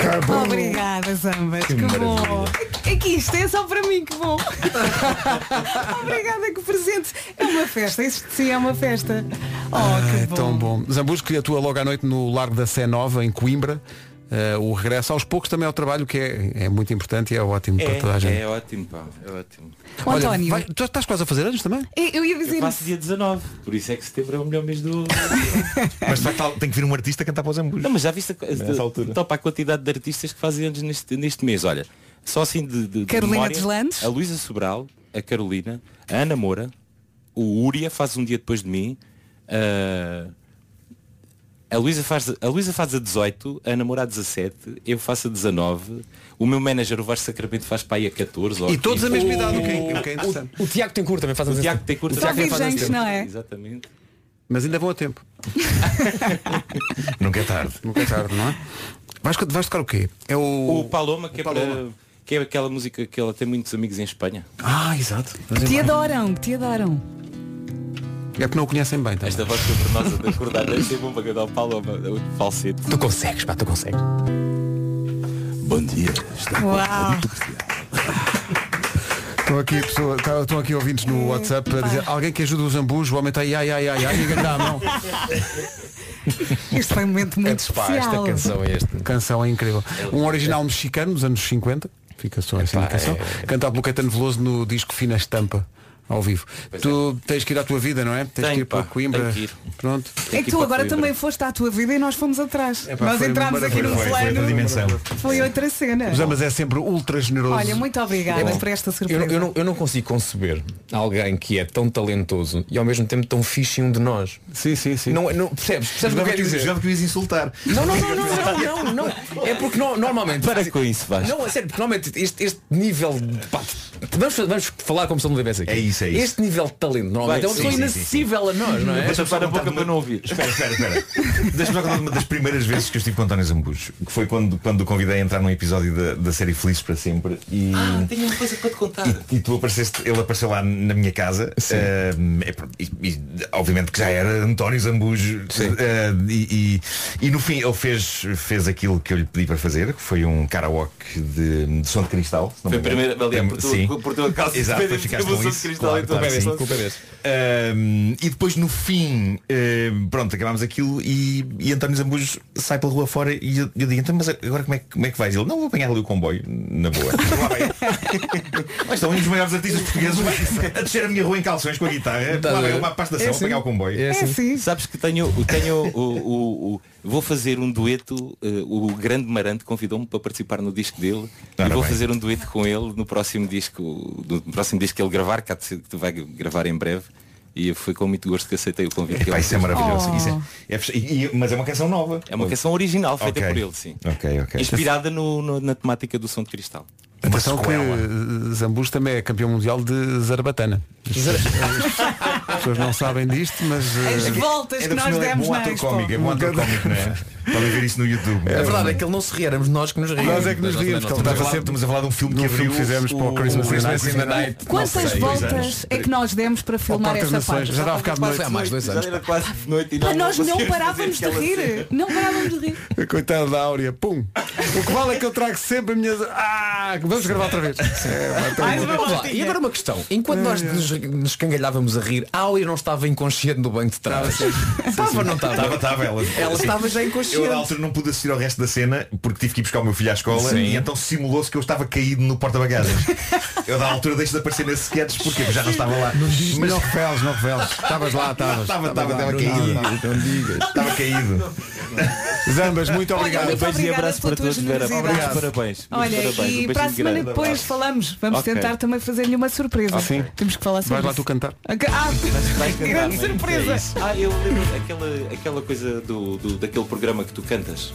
[SPEAKER 1] Cabum.
[SPEAKER 4] Obrigada, Zambas. Que, bom. É que isto é só para mim, que bom. Obrigada, que presente. É uma festa, isto sim é uma festa. Oh, que
[SPEAKER 1] É tão bom. Zambusco que atua logo à noite no Largo da Sé Nova, em Coimbra. Eh, o regresso aos poucos também ao trabalho, que é, é muito importante e é ótimo para toda a gente.
[SPEAKER 9] É, ótimo, pá. É ótimo.
[SPEAKER 4] Ó,
[SPEAKER 1] Olha,
[SPEAKER 4] António.
[SPEAKER 1] vai- tu estás quase a fazer anos também?
[SPEAKER 4] Eu, eu ia
[SPEAKER 9] Eu
[SPEAKER 4] dizer
[SPEAKER 9] faço
[SPEAKER 4] isso.
[SPEAKER 9] dia 19, por isso é que setembro é o melhor mês do.
[SPEAKER 12] Mas de facto há- tem que vir um artista cantar para os ambos.
[SPEAKER 9] Não, mas já viste a,
[SPEAKER 12] Nessa altura.
[SPEAKER 9] topa a quantidade de artistas que fazem anos neste, neste mês. Olha, só assim de, de- de
[SPEAKER 4] Carolina
[SPEAKER 9] memória,
[SPEAKER 4] Deslandes.
[SPEAKER 9] A Luísa Sobral, a Carolina, a Ana Moura, o Uria faz um dia depois de mim. ah, a Luísa faz, a Luísa faz a 18, a Ana Moura a 17, eu faço a 19, o meu manager, o Vasco Sacramento, faz para aí a 14. ou
[SPEAKER 1] E todos a
[SPEAKER 9] 15.
[SPEAKER 1] mesma idade, o que é- o que é interessante.
[SPEAKER 11] O Tiago tem curta também faz a
[SPEAKER 9] O Tiago tem curta.
[SPEAKER 4] Só virgens, não é?
[SPEAKER 9] Exatamente.
[SPEAKER 1] Mas ainda vão a tempo.
[SPEAKER 12] Nunca é tarde.
[SPEAKER 1] Nunca é tarde, não é? Vais, vais tocar o quê? É o.
[SPEAKER 9] O Paloma, que,
[SPEAKER 1] O Paloma.
[SPEAKER 9] É para- que é aquela música que ela tem muitos amigos em Espanha.
[SPEAKER 1] Ah, exato. Mas
[SPEAKER 4] Te
[SPEAKER 1] é-
[SPEAKER 4] adoram, te adoram.
[SPEAKER 1] É porque não o conhecem bem. Também.
[SPEAKER 9] Esta voz cavernosa de acordar deve ser bom para um, cantar o Paloma, é o falsete.
[SPEAKER 11] Tu consegues, pá, tu consegues.
[SPEAKER 9] Bom dia.
[SPEAKER 4] Uau.
[SPEAKER 1] Estão aqui, pessoa, tá- estão aqui ouvintes no WhatsApp a dizer alguém que ajuda o Zambujo, o homem está aí, ai, ai, ai, ai, e dá a
[SPEAKER 9] <laughs>
[SPEAKER 1] mão.
[SPEAKER 4] Este foi um momento muito
[SPEAKER 11] é Pá, esta
[SPEAKER 4] especial.
[SPEAKER 11] canção é esta.
[SPEAKER 1] canção é incrível. Um original mexicano dos anos 50, fica só assim essa indicação,
[SPEAKER 9] é.
[SPEAKER 1] cantado pelo Caetano Veloso no disco Fina Estampa, ao vivo. tu tens que ir à tua vida, não é? Tens
[SPEAKER 9] Tenho,
[SPEAKER 1] que ir para
[SPEAKER 9] pá,
[SPEAKER 1] Coimbra.
[SPEAKER 9] tenho que ir.
[SPEAKER 1] Pronto.
[SPEAKER 4] É que tu agora também foste à tua vida e nós fomos atrás.
[SPEAKER 1] Epá,
[SPEAKER 4] nós
[SPEAKER 1] foi
[SPEAKER 4] entramos aqui no
[SPEAKER 12] é? Foi,
[SPEAKER 1] maravilhoso.
[SPEAKER 12] foi outra
[SPEAKER 4] plano.
[SPEAKER 12] dimensão.
[SPEAKER 4] Foi outra cena.
[SPEAKER 1] Os Amas é sempre ultra generoso.
[SPEAKER 4] Olha, muito obrigada por esta
[SPEAKER 11] Eu,
[SPEAKER 4] surpresa.
[SPEAKER 11] eu não, eu não consigo conceber alguém que é tão talentoso e ao mesmo tempo tão fixe em um de nós.
[SPEAKER 1] Sim, sim, sim.
[SPEAKER 11] Não, é- não, percebes? Percebes o que eu
[SPEAKER 12] Jogava
[SPEAKER 11] quero
[SPEAKER 12] que,
[SPEAKER 11] dizer?
[SPEAKER 12] jogava que o ias insultar.
[SPEAKER 11] Não, não, não, não, não, não, não. É porque no- normalmente.
[SPEAKER 9] Para com isso, Vasco.
[SPEAKER 11] Não, é sério, porque normalmente este, este nível de. Pá, vamos, vamos falar como se ele não tivesse aqui.
[SPEAKER 12] É isso, é isso.
[SPEAKER 11] Este nível de talento normalmente
[SPEAKER 9] Vai,
[SPEAKER 11] é uma
[SPEAKER 9] sim,
[SPEAKER 11] pessoa
[SPEAKER 12] sim, sim,
[SPEAKER 11] inacessível a nós, não é?
[SPEAKER 12] Vou tapar a boca
[SPEAKER 9] para não ouvir.
[SPEAKER 12] Espera, espera,
[SPEAKER 9] <laughs>
[SPEAKER 12] espera. Deixa-me só contar uma das primeiras vezes que eu estive com António Zambujo, que foi quando, quando o convidei a entrar num episódio da, da série Feliz para Sempre e,
[SPEAKER 9] Tenho uma coisa para te contar.
[SPEAKER 12] e tu apareceste, ele apareceu lá na minha casa. eh, é pr- e- e, obviamente que já era António Zambujo. eh, e, e- e no fim ele fez, fez aquilo que eu lhe pedi para fazer, que foi um karaoke de, de som de cristal. se não
[SPEAKER 9] Foi
[SPEAKER 12] me
[SPEAKER 9] a
[SPEAKER 12] engano.
[SPEAKER 9] primeira, aliás, por,
[SPEAKER 12] Sim.
[SPEAKER 9] tu, por tua causa,
[SPEAKER 12] Exato, depois
[SPEAKER 9] depende de
[SPEAKER 12] ficaste com
[SPEAKER 9] evolução um de
[SPEAKER 12] isso,
[SPEAKER 9] cristal então, é
[SPEAKER 12] claro,
[SPEAKER 9] e tua
[SPEAKER 12] claro,
[SPEAKER 9] cabeça.
[SPEAKER 12] sim. Um, e depois no fim, um, pronto, acabámos aquilo e, e António Zambujo sai pela rua fora e eu, eu digo, então mas agora como é, que- como é que vais? Ele, não vou apanhar ali o comboio, na
[SPEAKER 9] <laughs>
[SPEAKER 12] boa. Lá vai. Mas são um dos maiores artistas portugueses <laughs> a descer a minha rua em calções com a guitarra.
[SPEAKER 11] Tá
[SPEAKER 12] Lá vai,
[SPEAKER 11] bem.
[SPEAKER 12] uma pastação,
[SPEAKER 11] É sim.
[SPEAKER 12] apanhar o comboio.
[SPEAKER 11] É
[SPEAKER 4] É
[SPEAKER 11] assim.
[SPEAKER 4] sim.
[SPEAKER 9] Sabes que tenho, tenho o, o- o- vou fazer um dueto, eh, o Grande Marante convidou-me para participar no disco dele
[SPEAKER 12] Ora
[SPEAKER 9] e vou
[SPEAKER 12] bem.
[SPEAKER 9] fazer um dueto com ele no próximo disco, no próximo disco que ele gravar, que há de ser- que tu vai gravar em breve. E foi com muito gosto que aceitei o convite que
[SPEAKER 12] Epá,
[SPEAKER 9] ele
[SPEAKER 12] isso é
[SPEAKER 9] fez.
[SPEAKER 12] maravilhoso.
[SPEAKER 4] Oh.
[SPEAKER 12] Isso é- é fech- e- e- mas é uma canção nova.
[SPEAKER 9] É uma canção original feita
[SPEAKER 12] Ok.
[SPEAKER 9] por ele, sim.
[SPEAKER 12] Ok, ok. Então,
[SPEAKER 9] Inspirada no- no- na temática do som de cristal.
[SPEAKER 1] Atenção
[SPEAKER 12] Uma
[SPEAKER 1] que
[SPEAKER 12] sequela.
[SPEAKER 1] eh, Zambujo também é campeão mundial de Zarabatana. As pessoas- As pessoas não sabem disto, mas. eh,
[SPEAKER 4] As voltas que
[SPEAKER 12] Ainda por
[SPEAKER 4] nós
[SPEAKER 12] cima
[SPEAKER 4] demos
[SPEAKER 12] é bom
[SPEAKER 4] na
[SPEAKER 12] ator
[SPEAKER 4] Expo.
[SPEAKER 12] cómico, é bom ator cómico, não é? Podem ver isso no YouTube.
[SPEAKER 11] A verdade é que ele não se ria, éramos nós que nos ríamos.
[SPEAKER 1] Nós é que nos ríamos, que ele
[SPEAKER 12] Estamos a
[SPEAKER 1] estava
[SPEAKER 12] falar-
[SPEAKER 1] sempre.
[SPEAKER 12] Estamos a falar de um filme
[SPEAKER 1] Num
[SPEAKER 12] que
[SPEAKER 1] filme
[SPEAKER 12] abriu
[SPEAKER 1] que fizemos para o
[SPEAKER 12] o
[SPEAKER 1] Christmas in the
[SPEAKER 12] Christmas
[SPEAKER 1] Night.
[SPEAKER 12] in the Night.
[SPEAKER 4] Quantas
[SPEAKER 12] sei, dois anos.
[SPEAKER 4] voltas é que nós demos para filmar
[SPEAKER 1] Tortas
[SPEAKER 4] esta
[SPEAKER 1] Nações,
[SPEAKER 4] parte?
[SPEAKER 1] já dava a ficar de noite.
[SPEAKER 11] Foi há mais dois anos.
[SPEAKER 9] Já era quase noite e
[SPEAKER 4] Pá, nós não
[SPEAKER 9] conseguimos
[SPEAKER 4] parávamos de
[SPEAKER 9] fazer aquela cena.
[SPEAKER 4] rir. Não parávamos de rir.
[SPEAKER 1] Coitada da Áurea, pum! O que vale é que eu trago sempre a minha. Ah! Vamos gravar outra vez. É, pá, então-
[SPEAKER 11] Mas vamos lá. E agora uma questão. Enquanto nós nos, nos cangalhávamos a rir, a Áurea não estava inconsciente no banco de trás. Estava ou não
[SPEAKER 12] Estava,
[SPEAKER 11] estava?
[SPEAKER 12] estava ela.
[SPEAKER 11] Ela
[SPEAKER 12] Sim.
[SPEAKER 11] estava já
[SPEAKER 12] Eu na
[SPEAKER 11] inconsciente.
[SPEAKER 12] altura não pude assistir ao resto da cena porque tive que ir buscar o meu filho à escola e então simulou-se que eu estava caído no porta-bagagens. <laughs> eu da altura deixo de aparecer nesses sketches porque eu já não estava lá.
[SPEAKER 1] Mas não reveles, não reveles. Estavas lá, estavas.
[SPEAKER 12] Estava, estava,
[SPEAKER 1] Estavas
[SPEAKER 12] estava
[SPEAKER 1] lá.
[SPEAKER 12] caído.
[SPEAKER 1] Não, não.
[SPEAKER 12] Estava caído.
[SPEAKER 1] Zambas, muito
[SPEAKER 4] Olha,
[SPEAKER 1] obrigado.
[SPEAKER 4] muito
[SPEAKER 9] Beijo e
[SPEAKER 4] obrigada
[SPEAKER 9] abraço
[SPEAKER 4] pela tua
[SPEAKER 9] para todos, Vera.
[SPEAKER 4] generosidade.
[SPEAKER 9] Muitos parabéns.
[SPEAKER 4] Olha,
[SPEAKER 9] Muitos parabéns. Um
[SPEAKER 4] e
[SPEAKER 9] beijinho
[SPEAKER 4] para a semana
[SPEAKER 9] grande.
[SPEAKER 4] depois falamos. Vamos
[SPEAKER 9] Ok.
[SPEAKER 4] tentar também fazer-lhe uma surpresa.
[SPEAKER 1] sim?
[SPEAKER 4] Temos que falar sobre
[SPEAKER 1] Vais lá
[SPEAKER 4] isso.
[SPEAKER 1] tu cantar.
[SPEAKER 4] Ok. Ah, grande surpresa.
[SPEAKER 9] Ah, eu lembro aquela, aquela coisa do, do- daquele programa que tu cantas.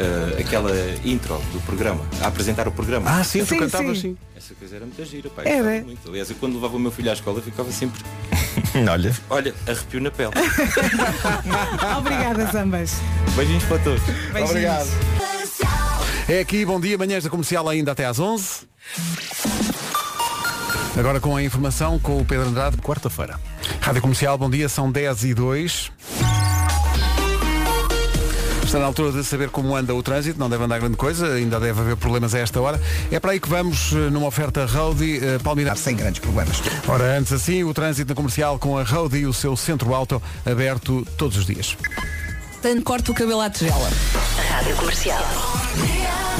[SPEAKER 9] Ah, aquela intro do programa, a apresentar o programa.
[SPEAKER 1] Ah, sim, tu
[SPEAKER 4] Sim,
[SPEAKER 1] cantavas
[SPEAKER 4] sim.
[SPEAKER 1] sim.
[SPEAKER 9] Essa coisa era muito gira, pá. eu
[SPEAKER 4] Era.
[SPEAKER 9] gostava Muito. Aliás, eu quando levava o meu filho à escola ficava sempre,
[SPEAKER 12] Olha.
[SPEAKER 9] <laughs> olha, arrepio na pele.
[SPEAKER 4] Ah, Obrigada, Zambas.
[SPEAKER 9] Beijinhos para todos.
[SPEAKER 4] Beijinhos. Obrigado.
[SPEAKER 1] É aqui, bom dia, manhãs da comercial ainda até às 11. Agora com a informação com o Pedro Andrade.
[SPEAKER 2] Quarta-feira.
[SPEAKER 1] Rádio Comercial, bom dia, são 10 e 2. Está na altura de saber como anda o trânsito, não deve andar grande coisa, ainda deve haver problemas a esta hora. É para aí que vamos eh, numa oferta Roadie eh, Palmirar.
[SPEAKER 3] Sem grandes problemas.
[SPEAKER 1] Ora, antes assim, o trânsito na comercial com a Roadie e o seu centro alto aberto todos os dias.
[SPEAKER 4] Tanto corta o cabelo à tigela.
[SPEAKER 6] Rádio Comercial.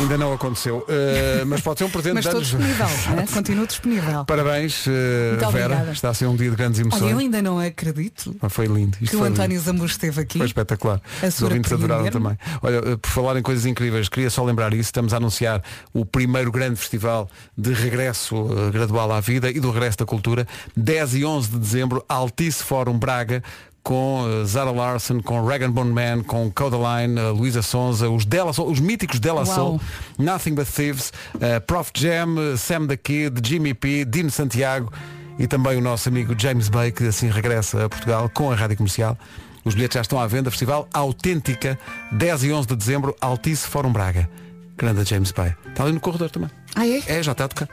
[SPEAKER 1] Ainda não aconteceu, eh, mas pode ser um presente
[SPEAKER 4] Mas
[SPEAKER 1] de
[SPEAKER 4] estou
[SPEAKER 1] anos.
[SPEAKER 4] disponível, né? continuo disponível.
[SPEAKER 1] Parabéns, eh,
[SPEAKER 4] Muito
[SPEAKER 1] Vera.
[SPEAKER 4] obrigada.
[SPEAKER 1] Está a ser um dia de grandes
[SPEAKER 4] Olha,
[SPEAKER 1] emoções.
[SPEAKER 4] eu ainda não acredito
[SPEAKER 1] Mas Foi lindo. Isto
[SPEAKER 4] que o
[SPEAKER 1] foi
[SPEAKER 4] António Zambujo esteve aqui.
[SPEAKER 1] Foi espetacular.
[SPEAKER 4] A
[SPEAKER 1] Os ouvintes adoraram
[SPEAKER 4] surpreender-me.
[SPEAKER 1] também. Olha, eh, por falar em coisas incríveis, queria só lembrar isso. Estamos a anunciar o primeiro grande festival de regresso eh, gradual à vida e do regresso da cultura. 10 e 11 de dezembro, Altice Fórum Braga. Com eh, Zara Larson, com Regan Bone Man, com Codaline, eh, Luísa Sonza, os, Della Soul, os míticos Della
[SPEAKER 16] Uau.
[SPEAKER 1] Soul, Nothing But Thieves, eh, Prof Jam, eh, Sam the Kid, Jimmy P, Dino Santiago e também o nosso amigo James Bay, que assim regressa a Portugal com a Rádio Comercial. Os bilhetes já estão à venda, Festival Autêntica, 10 e 11 de dezembro, Altice Fórum Braga. Grande James Bay. Está ali no corredor também.
[SPEAKER 4] Ah, é?
[SPEAKER 1] É, já está a tocar.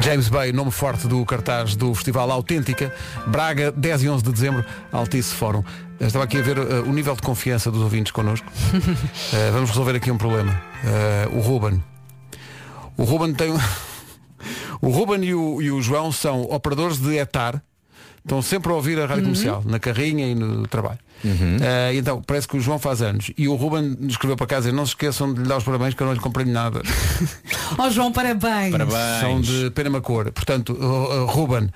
[SPEAKER 1] James Bay, nome forte do cartaz do Festival Autêntica, Braga, 10 e 11 de dezembro, Altice Fórum. Eu Estava aqui a ver eh, o nível de confiança dos ouvintes connosco. Eh, vamos resolver aqui um problema. Eh, o Ruben. O Ruben tem. um- <laughs> O Ruben e o, e o João são operadores de etar. Estão sempre a ouvir a rádio comercial, na carrinha e no trabalho. Eh, então, parece que o João faz anos. E o Ruben escreveu para casa, não se esqueçam de lhe dar os parabéns que eu não lhe comprei nada.
[SPEAKER 4] Oh João, parabéns.
[SPEAKER 1] São de Penama Cor. Portanto, uh, uh, Ruben, uh,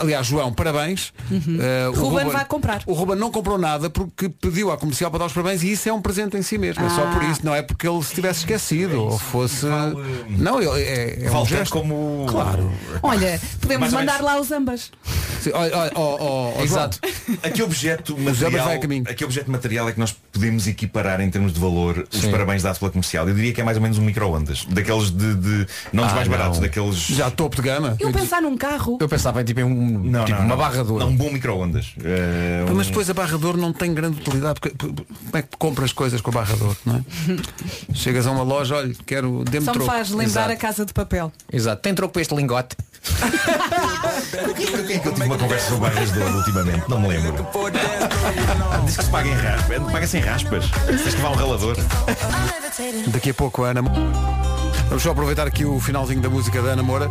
[SPEAKER 1] aliás, João, parabéns. Uh, o
[SPEAKER 4] Uhum. Ruben vai comprar.
[SPEAKER 1] O Ruben não comprou nada porque pediu à comercial para dar os parabéns e isso é um presente em si mesmo. É só
[SPEAKER 4] Ah.
[SPEAKER 1] por isso, não é porque ele se tivesse esquecido ou fosse. Não, ele é, é um
[SPEAKER 12] Vale
[SPEAKER 1] gesto.
[SPEAKER 12] como.
[SPEAKER 1] Claro.
[SPEAKER 4] Olha, podemos
[SPEAKER 12] Mais ou
[SPEAKER 4] mandar
[SPEAKER 12] menos.
[SPEAKER 4] lá os ambas.
[SPEAKER 1] Sim, olha, olha, ó, ó, ó,
[SPEAKER 12] Exato.
[SPEAKER 1] João,
[SPEAKER 12] A que objeto
[SPEAKER 1] Zebras
[SPEAKER 12] material,
[SPEAKER 1] vai a caminho.
[SPEAKER 12] a que objeto material é que nós podemos equiparar em termos de valor os parabéns dados pela comercial? Eu diria que é mais ou menos um micro-ondas. Daqueles de, de- Não dos
[SPEAKER 11] Ah,
[SPEAKER 12] mais
[SPEAKER 11] não.
[SPEAKER 12] baratos, daqueles.
[SPEAKER 1] Já topo de gama.
[SPEAKER 4] Eu pensar num carro.
[SPEAKER 11] Eu pensava em tipo, em um,
[SPEAKER 12] Não,
[SPEAKER 11] tipo
[SPEAKER 12] não, não.
[SPEAKER 11] uma barra de ouro.
[SPEAKER 12] Não, um bom micro-ondas. Eh, um-
[SPEAKER 1] Mas depois a barrador não tem grande utilidade. Porque, p- p- como é que compras coisas com a barrador?
[SPEAKER 4] <laughs>
[SPEAKER 1] Não é? Chegas a uma loja, olha, quero. Dê-me
[SPEAKER 4] Só me
[SPEAKER 1] troco.
[SPEAKER 4] faz lembrar
[SPEAKER 1] Exato.
[SPEAKER 4] a casa de papel.
[SPEAKER 11] Exato. Tem troco para este lingote.
[SPEAKER 12] Porquê que eu tive uma conversa sobre barras de ouro ultimamente? Não me lembro. Diz que se paga em raspas. Paga-se em raspas. Diz que vá um ralador.
[SPEAKER 1] Daqui a pouco a Ana. Vamos só aproveitar aqui o finalzinho da música da Ana Moura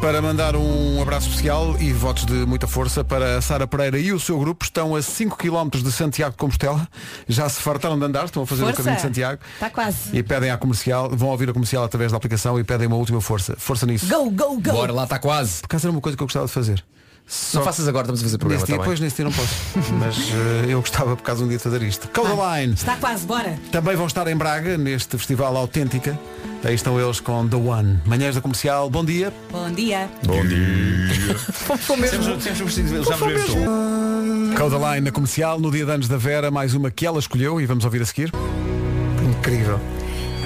[SPEAKER 1] para mandar um abraço especial e votos de muita força para a Sara Pereira e o seu grupo. Estão a 5 km de Santiago de Compostela. Já se fartaram de andar, estão a fazer o
[SPEAKER 4] Força. Tá.
[SPEAKER 1] caminho de Santiago.
[SPEAKER 4] Está quase.
[SPEAKER 1] E pedem à comercial, vão ouvir a comercial através da aplicação e pedem uma última força. Força nisso.
[SPEAKER 4] Go, go, go.
[SPEAKER 11] Bora lá, está quase.
[SPEAKER 1] Por acaso era uma coisa que eu gostava de fazer. Só
[SPEAKER 11] Não faças agora, estamos a fazer programa
[SPEAKER 1] nesse
[SPEAKER 11] tá
[SPEAKER 1] dia,
[SPEAKER 11] também.
[SPEAKER 1] pois nesse dia não
[SPEAKER 11] <laughs>
[SPEAKER 1] posso. Mas eh, eu gostava por causa um dia de fazer isto. Codaline!
[SPEAKER 4] Está quase, bora.
[SPEAKER 1] Também vão estar em Braga, neste Festival Autêntica. Aí estão eles com The One. Manhãs da Comercial, bom dia.
[SPEAKER 4] Bom dia.
[SPEAKER 12] Bom dia.
[SPEAKER 4] <laughs>
[SPEAKER 1] mesmo. Codaline na Comercial, no dia de anos da Vera, mais uma que ela escolheu e vamos ouvir a seguir. Incrível.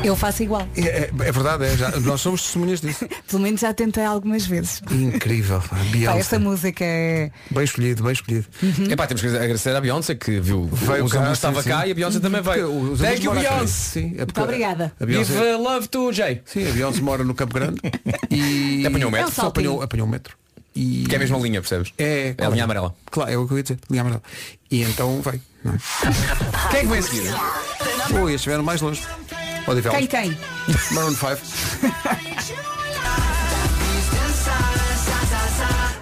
[SPEAKER 4] Eu faço igual.
[SPEAKER 1] É, é- é verdade, é, já- nós somos testemunhas disso.
[SPEAKER 4] Pelo menos já tentei algumas vezes.
[SPEAKER 1] <laughs> Incrível. A
[SPEAKER 4] Pá,
[SPEAKER 1] Beyoncé.
[SPEAKER 4] esta música é.
[SPEAKER 1] Bem escolhido, bem escolhido.
[SPEAKER 11] Epá, temos que agradecer à Beyoncé que viu.
[SPEAKER 1] Veio
[SPEAKER 11] o
[SPEAKER 1] cá,
[SPEAKER 11] Zambu estava
[SPEAKER 1] sim,
[SPEAKER 11] cá
[SPEAKER 1] sim.
[SPEAKER 11] e a Beyoncé também
[SPEAKER 1] É Porque
[SPEAKER 11] veio.
[SPEAKER 1] o Zambu
[SPEAKER 11] Thank you,
[SPEAKER 1] mora aqui.
[SPEAKER 11] Beyoncé.
[SPEAKER 1] Sim, é
[SPEAKER 4] Muito
[SPEAKER 1] porque
[SPEAKER 4] obrigada.
[SPEAKER 1] A Beyoncé-
[SPEAKER 11] Viva love to Jay.
[SPEAKER 1] Sim, a Beyoncé mora no Campo Grande e
[SPEAKER 4] É
[SPEAKER 11] Apanhou um metro.
[SPEAKER 1] Só apanhou, apanhou um metro. E...
[SPEAKER 11] Que é a mesma linha, percebes?
[SPEAKER 1] É,
[SPEAKER 11] É a linha amarela.
[SPEAKER 1] Claro, é o que eu ia dizer, linha amarela. E então vai. não é?
[SPEAKER 11] Quem é que vem a seguir?
[SPEAKER 1] Ui, estiveram mais longe. Odivelas.
[SPEAKER 4] Quem, quem?
[SPEAKER 1] Maroon 5.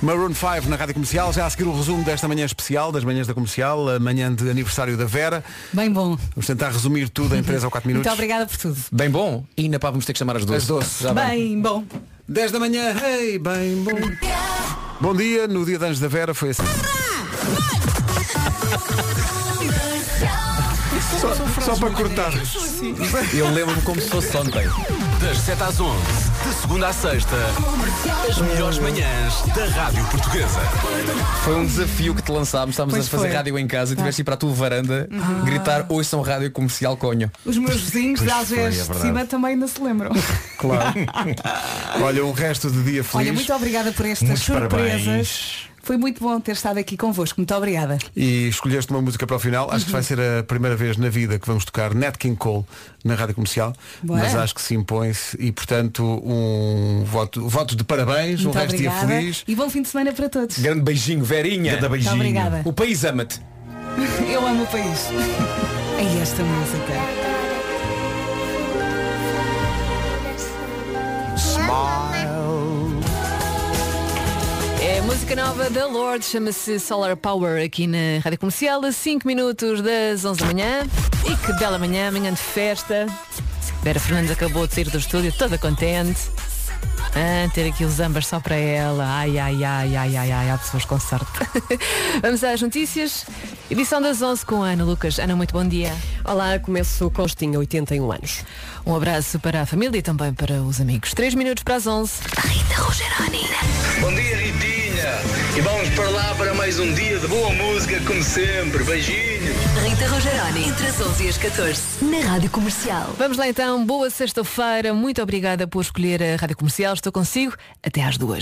[SPEAKER 1] Maroon 5 na Rádio Comercial, já a seguir o resumo desta manhã especial, das manhãs da comercial, a manhã de aniversário da Vera.
[SPEAKER 4] Bem bom.
[SPEAKER 1] Vamos tentar resumir tudo em 3 ou 4 minutos.
[SPEAKER 4] Muito obrigada por tudo.
[SPEAKER 11] Bem bom. E ainda pá, vamos ter que chamar as duas.
[SPEAKER 1] As doce.
[SPEAKER 11] Já bem.
[SPEAKER 4] Bem bom.
[SPEAKER 1] 10 da manhã, ei, bem bom. Bom dia, no dia de anos da Vera foi assim. Só, só para cortar.
[SPEAKER 11] Eu lembro-me como se fosse ontem.
[SPEAKER 16] Das 7 às 11, de segunda à sexta, as melhores manhãs da Rádio Portuguesa.
[SPEAKER 11] Foi um desafio que te lançámos. Estávamos
[SPEAKER 4] Pois
[SPEAKER 11] a fazer
[SPEAKER 4] foi.
[SPEAKER 11] rádio em casa e tiveste de ir para a tua varanda gritar hoje são rádio comercial conho.
[SPEAKER 4] Os meus vizinhos de
[SPEAKER 11] Pois
[SPEAKER 4] Algés
[SPEAKER 11] foi, é
[SPEAKER 4] de cima
[SPEAKER 11] verdade.
[SPEAKER 4] também ainda se lembram.
[SPEAKER 1] Claro. Olha, um resto de dia
[SPEAKER 4] <laughs>
[SPEAKER 1] feliz.
[SPEAKER 4] Olha, muito obrigada por estas
[SPEAKER 1] Muitos
[SPEAKER 4] surpresas.
[SPEAKER 1] parabéns.
[SPEAKER 4] Foi muito bom ter estado aqui convosco. Muito obrigada.
[SPEAKER 1] E escolheste uma música para o final. Acho que
[SPEAKER 4] Uhum.
[SPEAKER 1] vai ser a primeira vez na vida que vamos tocar Nat King Cole na rádio comercial.
[SPEAKER 4] Boa.
[SPEAKER 1] Mas acho que se impõe-se e, portanto, um voto, votos de parabéns, um
[SPEAKER 4] muito
[SPEAKER 1] resto de dia
[SPEAKER 4] obrigada.
[SPEAKER 1] feliz.
[SPEAKER 4] E bom fim de semana para todos.
[SPEAKER 11] Grande um beijinho,
[SPEAKER 17] <laughs>
[SPEAKER 11] Verinha.
[SPEAKER 4] Grande beijinho. Muito obrigada.
[SPEAKER 11] O país ama-te.
[SPEAKER 4] Eu amo o país. E esta música.
[SPEAKER 17] É a música nova da Lorde, chama-se Solar Power aqui na Rádio Comercial, a 5 minutos das 11 da manhã. E que bela manhã, manhã de festa. Vera Fernandes acabou de sair do estúdio toda contente. Ah, ter aqui os ambas só para ela. Ai, ai, ai, ai, ai, ai, há pessoas com sorte. <laughs> Vamos às notícias. Edição das 11 com a Ana Lucas. Ana, muito bom dia.
[SPEAKER 18] Olá, começo com tinha 81 anos.
[SPEAKER 17] Um abraço para a família e também para os amigos. 3 minutos para as 11. Rita Rogeroni.
[SPEAKER 19] Bom dia, Ritinha. E vamos para lá para mais um dia de boa música, como sempre. Beijinho.
[SPEAKER 6] Rita Rogeroni, entre as 11 e as 14, na Rádio Comercial.
[SPEAKER 17] Vamos lá então, boa sexta-feira. Muito obrigada por escolher a Rádio Comercial. Estou consigo até às duas.